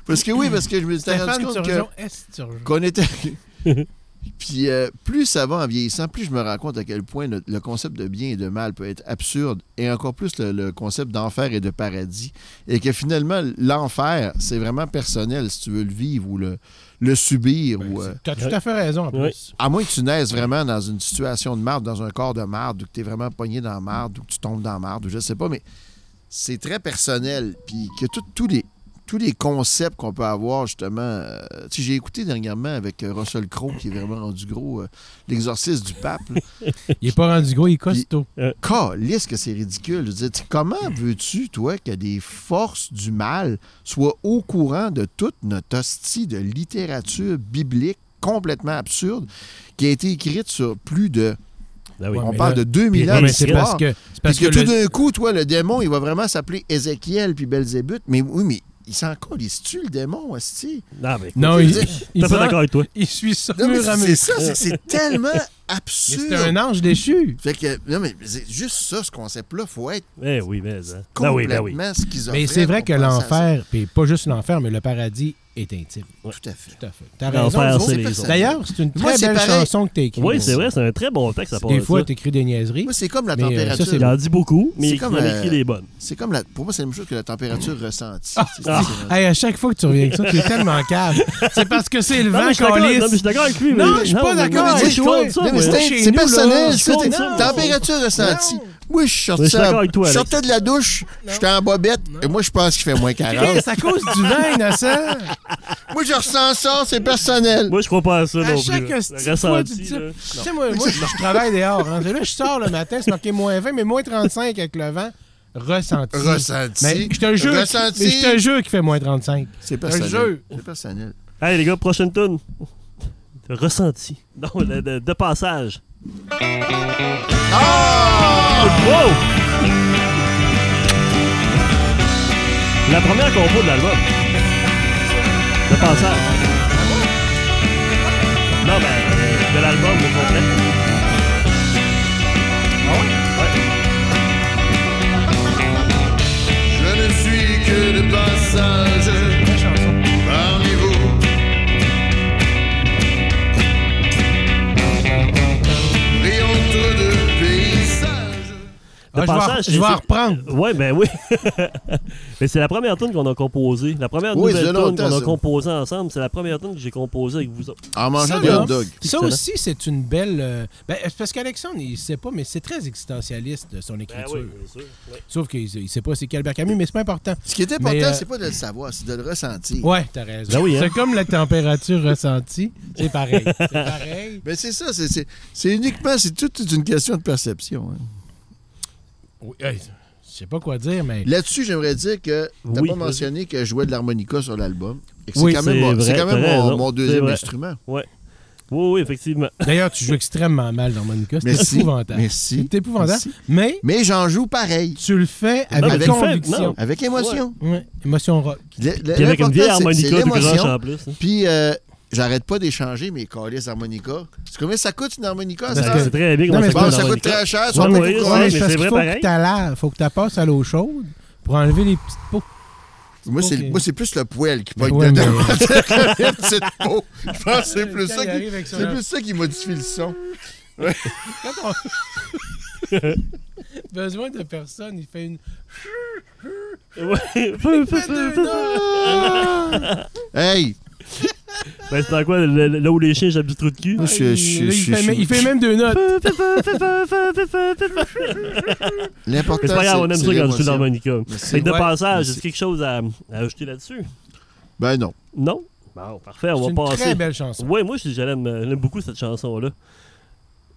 C: parce que oui, parce que je me suis
B: Stéphane
C: rendu compte que-
B: Turgeon S. Turgeon.
C: qu'on était. Puis euh, plus ça va en vieillissant, plus je me rends compte à quel point le, le concept de bien et de mal peut être absurde, et encore plus le, le concept d'enfer et de paradis, et que finalement, l'enfer, c'est vraiment personnel si tu veux le vivre ou le, le subir. ou, euh,
B: Ben, T'as tout à fait raison, en
A: Ouais.
B: plus.
C: à moins que tu naisses vraiment dans une situation de marde, dans un corps de marde, ou que tu es vraiment pogné dans la marde, ou que tu tombes dans la marde, ou je sais pas, mais c'est très personnel. Puis que tout- tous les, tous les concepts qu'on peut avoir, justement. euh, tu sais, j'ai écouté dernièrement avec euh, Russell Crowe, qui est vraiment rendu gros, euh, l'exorciste du pape. là.
B: Il est pas rendu gros, il est costaud.
C: Calisse que c'est ridicule. Je veux dire, tu- comment veux-tu, toi, que des forces du mal soient au courant de toute notre hostie de littérature biblique complètement absurde qui a été écrite sur plus de
A: Ben oui.
B: Ouais,
C: on
B: mais
C: parle
B: là-
C: de 2000 ans
A: Ouais,
B: mais
A: mais
B: c'est
A: c'est
C: d'histoire.
B: parce que. C'est parce
C: Parce que,
B: que
C: tout
B: le-
C: d'un coup, toi, le démon, il va vraiment s'appeler Ézéchiel puis Belzébuth. Mais oui, mais il s'en colle. Il se tue, le démon, hostie.
A: Non, mais.
B: Non, il. il-
A: T'es pas d'accord avec toi.
B: Il suit ça
C: Non, mais
B: mur à mur.
C: c'est ça. c'est- C'est tellement
B: Mais
C: absurde.
B: C'était un ange déchu.
C: Fait que, non, mais c'est juste ça, ce concept-là. faut être
A: Eh oui, mais. hein. Ben oui,
C: complètement
A: ben oui.
C: schizophrène.
B: Mais c'est vrai
C: pour
B: que
C: penser à ça.
B: l'enfer, puis pas juste l'enfer, mais le paradis est intime.
C: Tout à fait.
B: Tout à fait. T'as
A: L'enfer,
B: raison.
A: c'est
C: c'est
A: les
C: personnel.
A: autres.
B: D'ailleurs, c'est une
C: Moi,
B: très
C: c'est
B: belle
C: pareil.
B: chanson que t'as écrite.
A: Oui, c'est vrai, c'est un très bon texte à part
B: Des
A: de
B: fois,
A: ça.
B: t'écris des niaiseries.
C: Moi, c'est comme la
B: Mais, euh,
C: température.
B: ça, c'est
A: Il en dit beaucoup, mais
C: C'est
A: il
C: comme,
A: en écrit
C: euh,
A: des bonnes.
C: c'est comme la... Pour moi, c'est la même chose que la température ressentie. C'est- c'est-
A: Ah.
C: c'est-
B: Hey, à chaque fois que tu reviens avec ça, tu es tellement calme. C'est parce que c'est le
A: Non,
B: vent
A: mais je suis d'accord-
B: qu'on
A: non, mais je
B: lisse.
A: suis d'accord avec lui.
B: Non,
A: mais-
B: je suis pas
A: mais-
B: d'accord
A: mais
B: avec
A: je
B: toi.
A: compte ça,
C: Non, mais
A: moi.
C: c'est-
B: chez
C: c'est
B: nous, là,
C: personnel, ça.
A: compte
C: t'es-
A: ça.
C: Température ressentie.
B: Non.
C: Oui, je suis
A: Mais je
C: sorti,
A: suis
C: en-
A: d'accord avec toi,
C: je
A: Alex.
C: sortais de la douche, j'étais en bobette, et moi, je pense qu'il fait moins 40.
B: Chris, à cause du vent innocent.
C: Moi, je ressens ça, c'est personnel.
A: Moi, je crois pas à ça
B: À
A: non
B: chaque
A: plus. là.
B: petite
A: Le
B: fois, tu
A: ressenti,
B: te dis-
A: là.
B: Tu sais, moi, moi, je travaille dehors. hein. Là, je sors le matin, c'est marqué moins 20, mais moins 35 avec le vent. Ressenti.
C: Ressenti.
B: Mais je te jure.
C: Ressenti.
B: Mais je te jure qu'il fait moins 35.
C: C'est
B: jeu.
C: personnel. C'est personnel.
A: Hey, les gars, prochaine tune. Ressenti. Non, le- de, de passage.
C: Ah!
A: Wow! La première compo de l'album. De passage. Non, ben, euh, de l'album, le complet.
E: Je ne suis que de passage parmi vous. Et entre deux paysages.
A: De
B: Ah, je vais
A: passage,
B: en- je vais
A: c'est-
B: en reprendre.
A: Ouais, ben oui. Mais c'est la première tune qu'on a composée. La première
C: Oui, ça
A: nouvelle
C: fait
A: tune
C: longtemps,
A: qu'on a
C: ça.
A: composée ensemble, c'est la première tune que j'ai composée avec vous autres.
C: En mangeant
B: Ça,
C: des
B: là,
C: hot dogs.
B: Ça
A: Excellent.
B: aussi, c'est une belle. euh, ben, c'est parce qu'Alexandre, il sait pas, mais c'est très existentialiste, euh, son
A: Ben
B: écriture. Sauf qu'il il sait pas c'est qui Albert Camus, mais c'est pas important.
C: Ce qui est important,
B: Mais, euh,
C: c'est pas de le savoir, c'est de le ressentir.
B: Ouais, t'as raison.
A: Ben oui, hein.
B: C'est comme la température ressentie. C'est pareil. C'est pareil.
C: Mais c'est ça, c'est- c'est c'est uniquement, c'est toute une question de perception. hein.
B: Oui, hey, je sais pas quoi dire, mais.
C: Là-dessus, j'aimerais dire que t'as
A: Oui,
C: pas
A: vas-y.
C: mentionné que je jouais de l'harmonica sur l'album. Et que
A: Oui,
C: c'est quand même,
A: c'est
C: mon, c'est
A: vrai,
C: quand même
A: t'as
C: mon-
A: raison,
C: mon
A: c'est
C: deuxième
A: vrai.
C: instrument.
A: Oui, oui, effectivement.
B: D'ailleurs, tu joues extrêmement mal dans Monica. C'est
C: Merci.
B: épouvantable.
C: Merci.
B: C'est épouvantable.
C: Merci.
B: Mais
C: Mais j'en joue pareil,
B: tu le fais
A: Non, mais
B: avec
A: tu le fais,
B: conviction.
A: non.
C: avec émotion.
B: Ouais, émotion rock.
C: Le- le-
A: Puis avec une vieille
C: l'important, c'est-
A: harmonica
C: c'est
A: de
C: l'émotion.
A: groche en plus. hein.
C: Puis euh, j'arrête pas d'échanger mes calices d'harmonica. Tu sais combien ça coûte une harmonica?
A: Parce
C: ça?
A: que c'est très bien comment ça
B: mais c'est
A: coûte
C: Bon,
B: pas-
C: ça coûte
A: l'harmonica.
C: très cher,
A: Ouais,
C: sont pas
A: oui, ouais,
C: beaucoup calices.
A: mais
B: c'est
A: c'est
B: parce qu'il
A: vrai
B: faut
A: pareil.
B: que t'as l'air. Faut que tu passes à l'eau chaude pour enlever les petites peaux.
C: Moi, c'est,
B: Ok.
C: moi, c'est plus le poêle qui pogne
B: Ouais,
C: dedans.
B: mais-
C: la petite peau. Je pense que c'est plus
B: Quand
C: ça
B: il
C: qui,
B: arrive avec son-
C: c'est plus ça qui modifie le son.
B: Quand on- Besoin de personne, il fait une.
A: Ouais. Feu, feu,
B: Fait
A: feu,
B: deux
A: feu.
B: notes!
C: Hey!
A: Ben, c'est dans quoi le- le- Là où les chiens jappent du trou de cul
C: Moi, je- je- je-
B: Là, il,
C: je-
B: fait,
C: je-
B: il fait même deux notes.
A: Feu, feu, feu, feu, feu, feu, feu, feu, feu, feu.
C: L'important,
A: Mais c'est pas grave, on aime
C: c'est
A: ça quand je
C: l'émotion.
A: suis l'harmonica.
C: Merci.
A: Fait que de
B: Ouais.
A: passage,
C: Merci.
A: est-ce quelque chose à à ajouter là-dessus
C: Ben non.
A: Non Bon, parfait,
B: C'est
A: on
B: une
A: va passer.
B: très belle chanson.
A: Ouais, moi, je- je l'aime je l'aime beaucoup cette chanson-là.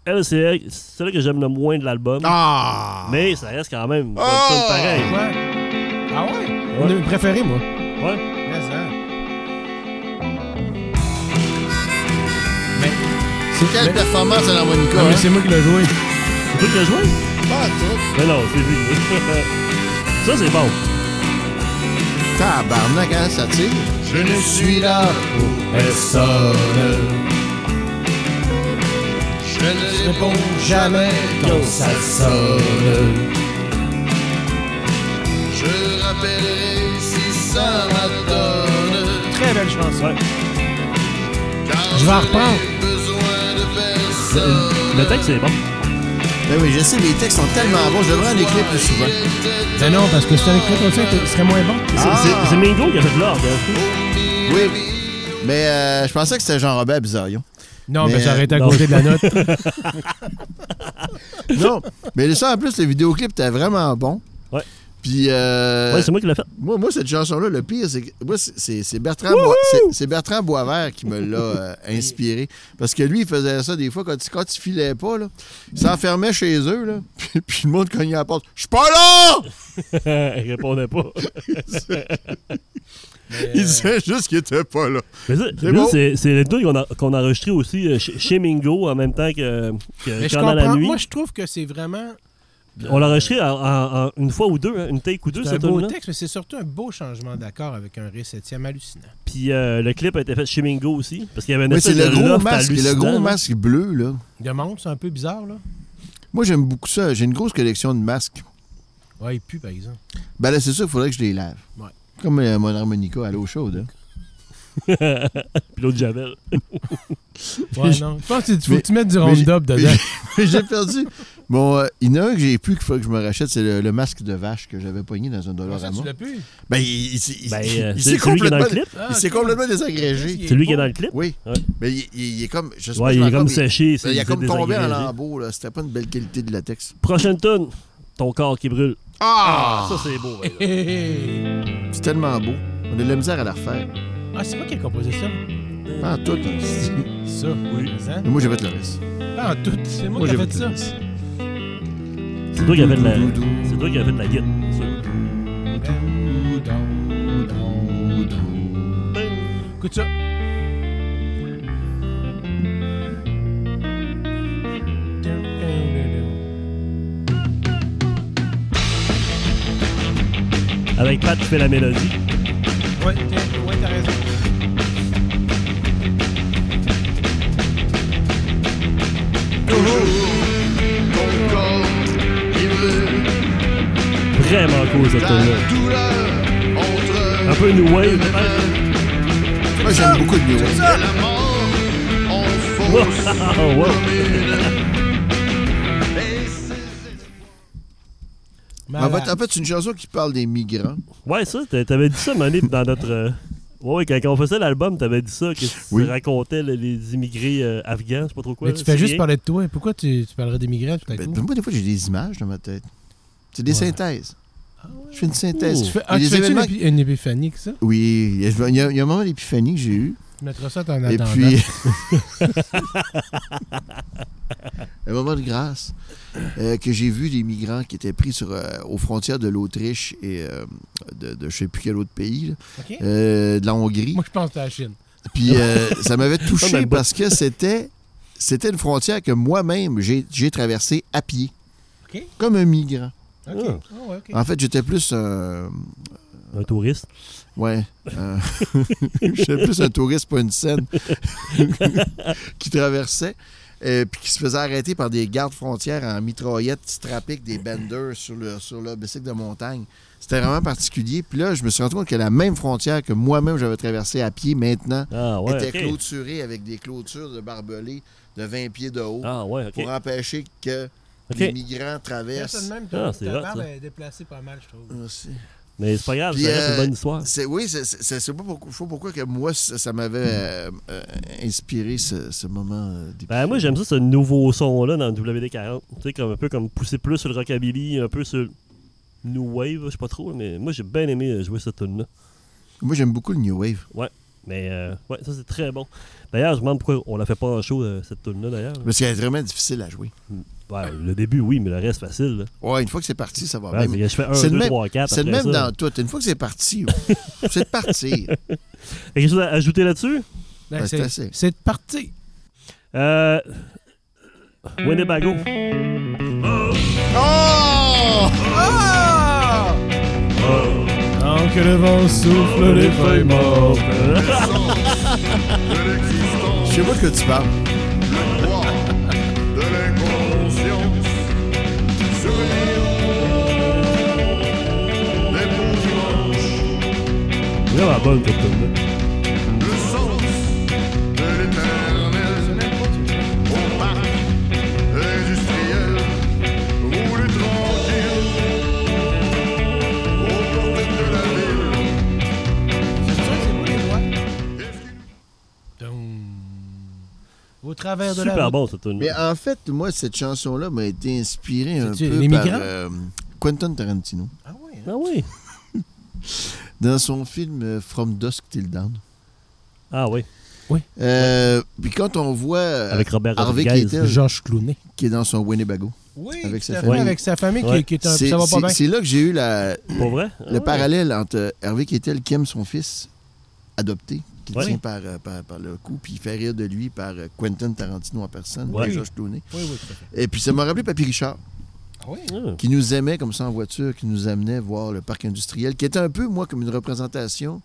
A: Elle, c'est celle que j'aime le moins de l'album.
C: Ah!
A: Mais ça reste quand même. bonne
C: Ah!
A: tune pareil.
B: Ouais. Ah ouais? On a une préférée, moi.
C: Ah!
A: Ouais.
B: Mais, hein. Mais- c'est
C: Quelle
B: mais-
C: performance à l'harmonica,
B: Ah, mais
C: hein?
B: c'est moi qui l'ai joué.
A: C'est toi qui l'as joué
C: Pas tout.
A: Mais Ben non, c'est lui. ça, c'est bon.
C: Tabarnak, hein, ça tire.
E: Je ne suis là pour personne. Je ne réponds jamais quand ça sonne. Je rappellerai si ça m'adonne.
B: Très belle chanson.
A: Ouais.
E: Car
B: Je vais
E: j'en
B: reprendre.
E: ai besoin
A: Le texte, c'est bon.
C: Ben oui, je sais, les textes sont tellement bons. Je devrais en écrire plus souvent.
B: Mais non, parce que si t'avais écrit comme ça, t'es- ce serait moins bon.
A: C'est- c'est- C'est Mingo qui a fait de l'ordre. hein.
C: Ah, Oui. Mais euh, je pensais que c'était Jean-Robert Bizarion.
B: Non, mais,
C: Mais,
B: ça aurait été à
A: non.
B: côté de la note.
C: Non. Mais ça, en plus, le vidéoclip était vraiment bon.
A: Ouais.
C: Puis, euh,
A: Ouais, c'est moi qui l'ai fait.
C: moi, moi, cette chanson-là, le pire, c'est que moi, c'est- c'est c'est Bertrand, Bois- c'est- c'est Bertrand Boisvert qui me l'a euh, inspiré. Parce que lui, il faisait ça des fois quand, il- quand il filait pas. Là, il s'enfermait chez eux. Là, puis, puis le monde cognait à la porte. Je suis pas là!
A: Il répondait pas. Euh.
C: Il disait juste qu'il était pas là.
A: Mais ça, là,
C: C'est bon.
A: c'est c'est les deux qu'on a, qu'on a enregistré aussi euh, chez, chez Mingo en même temps que, que
B: mais je
A: Quand dans la
B: comprends.
A: nuit.
B: Moi, je trouve que c'est vraiment
A: On l'a enregistré en- en- en une fois ou deux, hein, une take ou deux,
B: c'est un
A: cette
B: beau
A: tune-là.
B: texte, mais c'est surtout un beau changement d'accord avec un ré septième hallucinant.
A: Puis euh, le clip a été fait chez Mingo aussi. Parce qu'il y avait une
C: Mais c'est
A: espèce
C: le
A: de
C: gros
A: loft
C: masque, le
A: hallucinant,
C: gros
A: là.
C: masque bleu. là.
B: Le monde, c'est un peu bizarre, là.
C: Moi, j'aime beaucoup ça. J'ai une grosse collection de masques.
B: Ouais, il pue, par exemple.
C: Ben là, c'est sûr, il faudrait que je les lave.
B: Ouais.
C: Comme euh, mon harmonica à l'eau chaude. hein.
A: Puis l'autre Javel.
B: Ouais, non. Je pense qu'il faut
C: Mais-
B: que tu mettes du
C: mais j'ai-
B: round-up dedans.
C: Mais j'ai perdu. Bon, euh, il y en a un que j'ai plus qu'il faut que je me rachète, c'est le, le masque de vache que j'avais pogné dans un
B: Comment Ah, ça,
C: Dollarama.
B: tu l'as pu?
C: Ben, il, il s'est- il-
A: Ben,
C: il
A: euh,
C: s'est
A: c'est c'est lui qui est dans le
C: complètement,
A: clip.
B: Ah,
C: il s'est
B: ok.
C: complètement désagrégé.
A: C'est lui qui est dans le clip.
C: Oui,
A: Ouais.
C: mais il, il- il est comme. Je sais pas
A: Ouais, il
C: comment
A: est comme
C: il-
A: séché.
C: il a
A: c'est
C: comme tombé en
A: désagrégé.
C: lambeaux, là. C'était pas une belle qualité de latex.
A: Prochaine tune. Ton corps qui brûle.
C: Ah!
A: Ça, c'est beau. ouais.
B: Hé, hé, hé.
C: C'est tellement beau. On a de la misère à la refaire.
B: Ah, c'est moi qui ai composé ça.
C: Pas en tout. hein.
B: Ça,
A: Oui.
B: Mais, hein?
C: Mais moi, j'ai fait le reste.
B: Pas en tout. C'est moi,
C: Moi,
B: qui ai
C: j'ai
B: fait
C: fait
B: ça.
C: le reste.
A: C'est toi qui as fait de la, c'est toi qui as fait de la guitare.
B: Écoute ça.
A: Avec Pat, tu fais la mélodie.
B: Ouais, t'as- ouais, t'as raison.
E: Ton corps qui brûle,
A: Vraiment cool, cette
E: ta
A: tune-là.
E: douleur
A: Un
E: entre
A: peu New Wave.
E: les mains.
C: Moi, j'aime beaucoup de New Wave.
E: Et la mort en fausse
A: Wow, wow.
E: commune. Et c'est-
C: En
B: Malade.
C: fait, en fait, c'est une chanson qui parle des migrants.
A: Ouais, ça, t'a- t'avais dit ça, Mané, dans notre. euh, Ouais, quand on faisait l'album, t'avais dit ça, que
C: Oui.
A: tu racontais le- les immigrés euh, afghans, je sais pas trop quoi.
B: Mais tu fais juste
A: syriens.
B: parler de toi. Pourquoi tu, tu parlerais des migrants tout à
C: Ben,
B: coup?
C: moi, des fois, j'ai des images dans ma tête. C'est des
B: Ouais.
C: synthèses. Je fais une synthèse.
B: Tu fais,
C: Il
B: ah,
C: y
B: tu
C: a des
B: fais
C: événements-
B: une, épi- une épiphanie que ça?
C: Oui, il y, a- il y a il y a un moment d'épiphanie que j'ai eu.
B: Tu mettras ça dans
C: Et
B: attendant.
C: puis. un moment de grâce euh, que j'ai vu des migrants qui étaient pris sur, euh, aux frontières de l'Autriche et euh, de, de je sais plus quel autre pays, là,
B: OK?
C: euh, de la Hongrie.
B: Moi, je pense que c'est la Chine.
C: Puis euh, ça m'avait
A: Ah,
C: touché
A: ben, bah.
C: parce que c'était c'était une frontière que moi-même j'ai j'ai traversée à pied,
B: OK?
C: comme un migrant.
B: OK.
A: Ah.
B: Ah ouais, OK.
C: En fait, j'étais plus euh,
A: Un touriste.
C: Ouais. euh, J'étais plus un touriste, pas une scène, qui traversait, euh, puis qui se faisait arrêter par des gardes frontières en mitraillette strappée avec des benders sur le sur l'obstacle de montagne. C'était vraiment particulier. Puis là, je me suis rendu compte que la même frontière que moi-même j'avais traversée à pied maintenant
A: Ah ouais.
C: était
A: ok.
C: clôturée avec des clôtures de barbelés de 20 pieds de haut
A: Ah ouais, ok.
C: pour empêcher que
A: Ok.
C: les
B: Fais ça
C: migrants
B: de
C: traversent.
B: même,
A: Ah,
B: ta
A: c'est
B: ta
A: hot,
B: barbe
A: ça.
B: est déplacée pas mal, je trouve.
C: Merci.
A: Mais c'est pas grave,
C: Puis,
A: ça reste
C: euh,
A: une bonne histoire.
C: C'est- oui, c'est- c'est c'est- c'est pas pourquoi, faut pourquoi que moi, ça, ça m'avait euh, euh, inspiré ce, ce moment. euh, d'épiphanie.
A: Ben, moi, j'aime ça, ce nouveau son-là dans le WD-40. Tu sais, comme un peu comme pousser plus sur le rockabilly, un peu sur le New Wave, je sais pas trop, mais moi, j'ai bien aimé euh, jouer cette tune-là.
C: Moi, j'aime beaucoup le New Wave.
A: Mais euh, ouais, ça, c'est très bon. D'ailleurs, je me demande pourquoi on la fait pas en show, euh, cette tune-là, d'ailleurs.
C: Parce qu'elle est vraiment difficile à jouer.
A: Ouais, le début, oui, mais le reste, facile. là.
C: Ouais, une fois que c'est parti, ça va
A: Ouais,
C: bien.
A: c'est que je fais 1,
C: Ah, ben, c'est le
A: 2,
C: même-
A: 3, 4.
C: C'est le même dans tout. Une fois que c'est parti, oh, c'est de partir.
A: Quelque chose à ajouter là-dessus?
B: Ben,
C: Ben, c'est
B: c'est-
C: assez.
B: c'est parti.
A: Euh. Winnebago.
C: Oh!
B: Tant que le vent souffle les feuilles mortes.
E: de l'existence.
C: Je sais pas de quoi tu parles.
E: droit de l'inconscience. Souvenir des beaux dimanches,
A: Vraiment bonne cette tune-là.
E: le sens de l'éternel. Au parc
B: travers de la
A: Super
B: rue.
A: bon, cette tune.
C: Mais en fait, moi, cette chanson-là m'a été inspirée un
B: C'est-tu
C: peu
B: Les
C: par
B: Migrants?
C: euh, Quentin Tarantino
B: Ah ouais, hein?
A: Ah oui.
C: dans son film euh, From Dusk Till Dawn.
A: Ah oui.
C: Euh, Puis quand on voit euh,
A: Avec Robert
C: Harvey
A: Rodriguez.
C: Keitel.
B: Georges Clooney.
C: qui est dans son Winnebago,
B: Oui,
C: Avec
B: tout
C: sa
B: à fait,
A: famille.
B: avec sa famille qui-
A: Ouais.
B: qui, est un
C: c'est
B: ça va pas
C: c'est-
B: bien.
C: c'est là que j'ai eu la,
A: Pour vrai? Ah
C: le parallèle entre Hervé Keitel qui aime son fils adopté, qui
A: Ouais.
C: tient par, euh, par, par le cou, puis il fait rire de lui par euh, Quentin Tarantino en personne,
A: Ouais.
C: et George Clooney.
B: Oui, oui, tout à fait.
C: Et puis ça m'a rappelé Papy Richard,
B: Ah oui.
A: Ah.
C: qui nous aimait comme ça en voiture, qui nous amenait voir le parc industriel, qui était un peu, moi, comme une représentation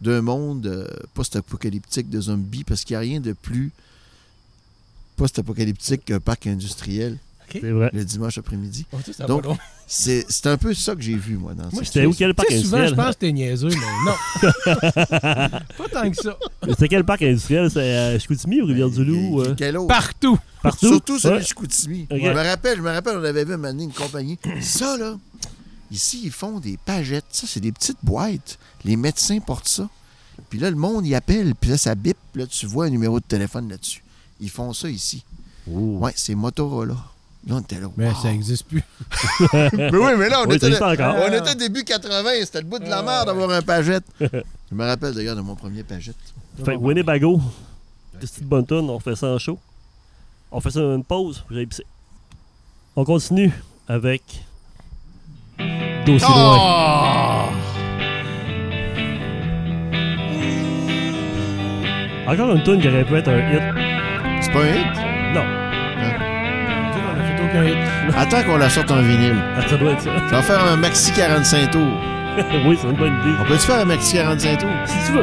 C: d'un monde euh, post-apocalyptique de zombies, parce qu'il n'y a rien de plus post-apocalyptique qu'un parc industriel
A: C'est vrai.
C: le dimanche après-midi.
B: Oh, tu sais, ça
C: Donc,
B: va loin.
C: C'est c'est un peu ça que j'ai vu, moi, dans ça.
B: Moi,
A: C'était où quel parc
B: Tu sais, souvent, je
A: industriel?
B: pense que t'es niaiseux, mais non. pas tant que ça.
A: C'était quel parc industriel? C'est à Chicoutimi ou Rivière-du-Loup?
C: Et- et
A: euh,
C: quel autre?
B: Partout.
A: Partout?
C: Surtout celui
A: Ouais.
C: de Chicoutimi.
A: Ok.
C: Je me rappelle, je me rappelle, on avait vu un moment donné une compagnie. Ça, là, ici, ils font des pagettes. Ça, c'est des petites boîtes. Les médecins portent ça. Puis là, le monde y appelle. Puis là, ça bip. Puis Là, tu vois un numéro de téléphone là-dessus. Ils font ça ici.
A: Ouh.
C: Ouais, c'est Motorola. Là, on était là.
B: Mais
C: wow.
B: ça n'existe plus.
C: Mais oui, mais là, on
A: Oui,
C: était,
A: t'as
C: là-
A: eu ça encore. Ah,
C: on était début 80. C'était le bout de la merde d'avoir un pagette. je me rappelle d'ailleurs de mon premier pagette.
A: Fait que Winnebago, petite bonne tune, on fait ça en show. On fait ça une pause, vous allez pisser. On continue avec. D'aussi loin.
C: Ah!
A: Encore une tune qui aurait pu être un hit.
C: C'est pas un hit?
A: Non,
B: Tu sais, on a fait aucun hit.
C: Attends qu'on la sorte en vinyle.
A: ça doit être ça.
C: Ça va faire un maxi 45 tours.
A: oui, c'est une bonne idée.
C: On peut-tu faire un maxi 45 tours?
A: Si tu veux.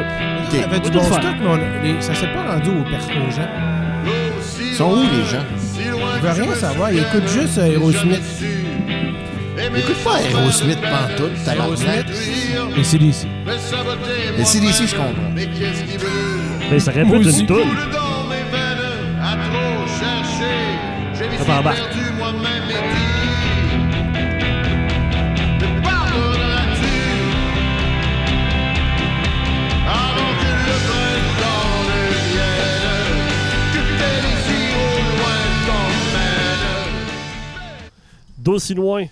B: On
C: OK.
B: avait du
A: Faut tout
B: bon
A: faire.
B: stock, mais on a- les- ça s'est pas rendu au perso aux gens.
E: Ils
C: sont où, les gens?
E: Ils
B: veulent rien savoir, ils écoutent juste, euh, Aerosmith.
C: Écoute pas Aerosmith pantoute, tabarnak.
B: Et c'est d'ici.
C: Le CDC, je comprends.
E: Mais qu'est-ce qu'ils veulent
A: Mais ça aurait pu
B: Moi
A: être
B: aussi.
A: une tune.
E: Tout dans mes veines, à trop chercher. J'ai vite
A: Ah, bah, bah.
E: perdu moi-même mes vies. Me pardonneras-tu avant que le printemps ne vienne, que tes désirs au loin t'emmènent?
A: D'aussi loin.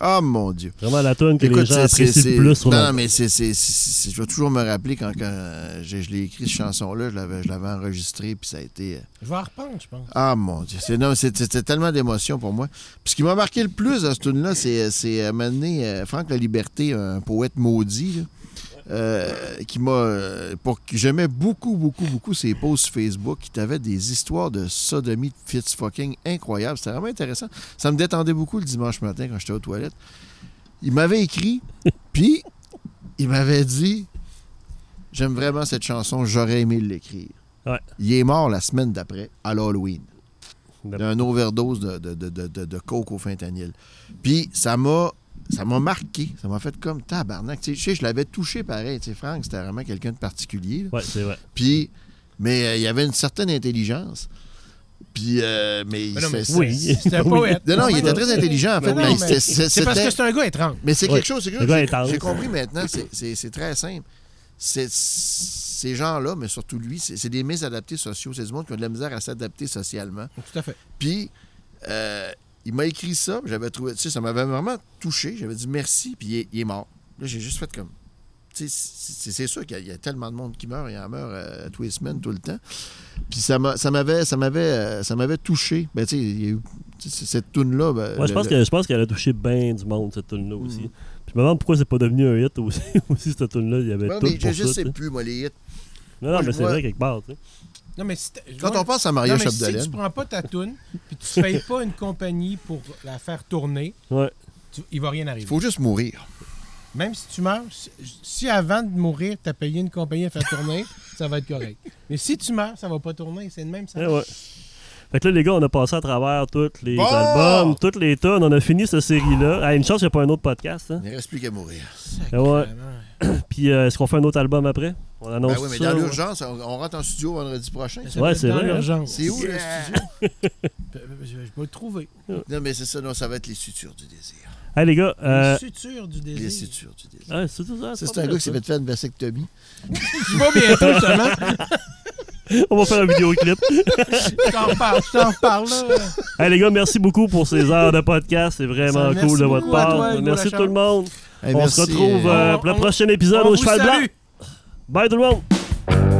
C: Ah, mon Dieu.
A: Vraiment la tune que les gens
C: c'est-
A: apprécient
C: c'est-
A: le plus sur
C: Non,
A: la
C: non, mais c'est, c'est- c'est- c'est- je vais toujours me rappeler quand, quand, euh, je, je l'ai écrit, cette chanson-là, je l'avais, je l'avais enregistrée, puis ça a été... euh,
B: Je vais en reprendre, je pense.
C: Ah, mon Dieu. C'est, non, c'est- c'était tellement d'émotion pour moi. Puis ce qui m'a marqué le plus dans ce tune-là, c'est, c'est à un moment donné, euh, Franck La Liberté, un poète maudit, là, euh, qui m'a... euh, Pour, qui j'aimais beaucoup, beaucoup, beaucoup ses posts sur Facebook, qui t'avait des histoires de sodomie de fist-fucking incroyables. C'était vraiment intéressant. Ça me détendait beaucoup le dimanche matin quand j'étais aux toilettes. Il m'avait écrit, puis il m'avait dit J'aime vraiment cette chanson, j'aurais aimé l'écrire.
A: Ouais.
C: Il est mort la semaine d'après, à l'Halloween,
A: Yep.
C: d'un overdose de, de, de, de, de- de coke au fentanyl. Puis ça m'a. Ça m'a marqué, ça m'a fait comme tabarnak. Tu sais, je sais, je l'avais touché pareil. Tu sais, Franck, c'était vraiment quelqu'un de particulier. là.
A: Ouais, c'est vrai.
C: Puis, mais euh, il y avait une certaine intelligence. Puis, euh, mais,
B: Mais non, mais
C: c'est-
A: Oui.
B: C'était un poète.
C: non, non, il était
B: Ouais.
C: très intelligent, en fait.
B: Mais non,
C: mais
B: mais
C: c'était-
B: C'est parce
C: c'était-
B: que c'est un gars étrange.
C: mais c'est
A: Ouais.
C: quelque chose, c'est quelque
A: Le gars
C: chose.
A: est
C: j'ai-
A: intense.
C: J'ai compris maintenant, c'est- c'est c'est très simple. C'est- Ces gens-là, mais surtout lui, c'est c'est des mésadaptés sociaux. C'est du monde qui a de la misère à s'adapter socialement.
B: Tout à fait.
C: Puis, euh, il m'a écrit ça, puis j'avais trouvé, tu sais, ça m'avait vraiment touché. J'avais dit merci, puis il est, il est mort. Là, j'ai juste fait comme. Tu sais, c'est- c'est c'est sûr qu'il y a- il y, a tellement de monde qui meurt, il en meurt euh, tous les semaines, tout le temps. Puis ça m'a- ça m'avait ça m'avait, euh, ça m'avait touché. Ben, tu sais, il y a eu- tu sais, cette toune-là. ben,
A: Moi, je
C: le-
A: pense
C: le- Mm.
A: que je pense qu'elle a touché bien du monde cette tune là aussi. Puis je me demande pourquoi c'est pas devenu un hit aussi, aussi cette tune là, il y avait
C: Ouais,
A: tout
C: mais
A: pour
C: je, je
A: ça.
C: sais
A: tu sais.
C: plus, moi, les hits.
A: Non non,
C: Moi, je
A: mais c'est
C: vois-
A: vrai quelque part, tu sais.
B: Non, mais si t'-
C: Quand
B: moi,
C: on pense à
B: non,
C: Maria
B: mais si
C: Chapdelaine,
B: tu prends pas ta toune, puis tu ne payes pas une compagnie pour la faire tourner,
A: Ouais.
B: tu- il va rien
C: il
B: arriver.
C: faut juste mourir.
B: Même si tu meurs, si- si avant de mourir, tu as payé une compagnie à faire tourner, ça va être correct. Mais si tu meurs, ça va pas tourner. C'est de même, ça.
A: eh Ouais, ouais. Fait que là, les gars, on a passé à travers tous les
C: Bon!
A: albums, toutes les tonnes. On a fini cette série-là. Ah, une chance, il n'y a pas un autre podcast. Hein?
C: Il ne reste plus qu'à mourir.
A: Ouais.
B: Sacrément.
A: Puis, euh, est-ce qu'on fait un autre album après On annonce
C: Ben oui, mais
A: ça,
C: dans
A: ouais.
C: l'urgence, on, on rentre en studio vendredi prochain.
B: Ça
A: Ouais,
B: peut être
A: c'est
B: dans
A: vrai, hein.
B: l'urgence.
C: C'est où le studio?
B: Je, je- je vais le trouver.
C: Non, mais c'est ça, non, ça va être les sutures du désir.
A: Hey, les gars. Euh...
B: Les sutures du
C: Les
B: désir.
C: sutures du désir.
A: ah, c'est tout ça.
C: Ça,
A: pas
C: c'est un
A: mal,
C: gars qui
A: ça.
C: s'est fait faire une vasectomie.
B: Je vais bientôt, justement.
A: On va faire un vidéoclip.
B: Je t'en parle, je t'en parle. là.
A: hey, les gars, merci beaucoup pour ces heures de podcast. C'est vraiment
B: Ça, merci
A: cool de votre
B: beaucoup à
A: part.
B: toi, Hugo
A: merci
B: Lachance.
A: tout le monde.
C: Hey,
A: on
C: merci,
A: se retrouve
C: euh,
A: euh,
B: On-
A: pour le
B: on-
A: prochain épisode
B: On
A: au
B: vous
A: Cheval
B: salue.
A: Blanc. Bye tout le monde.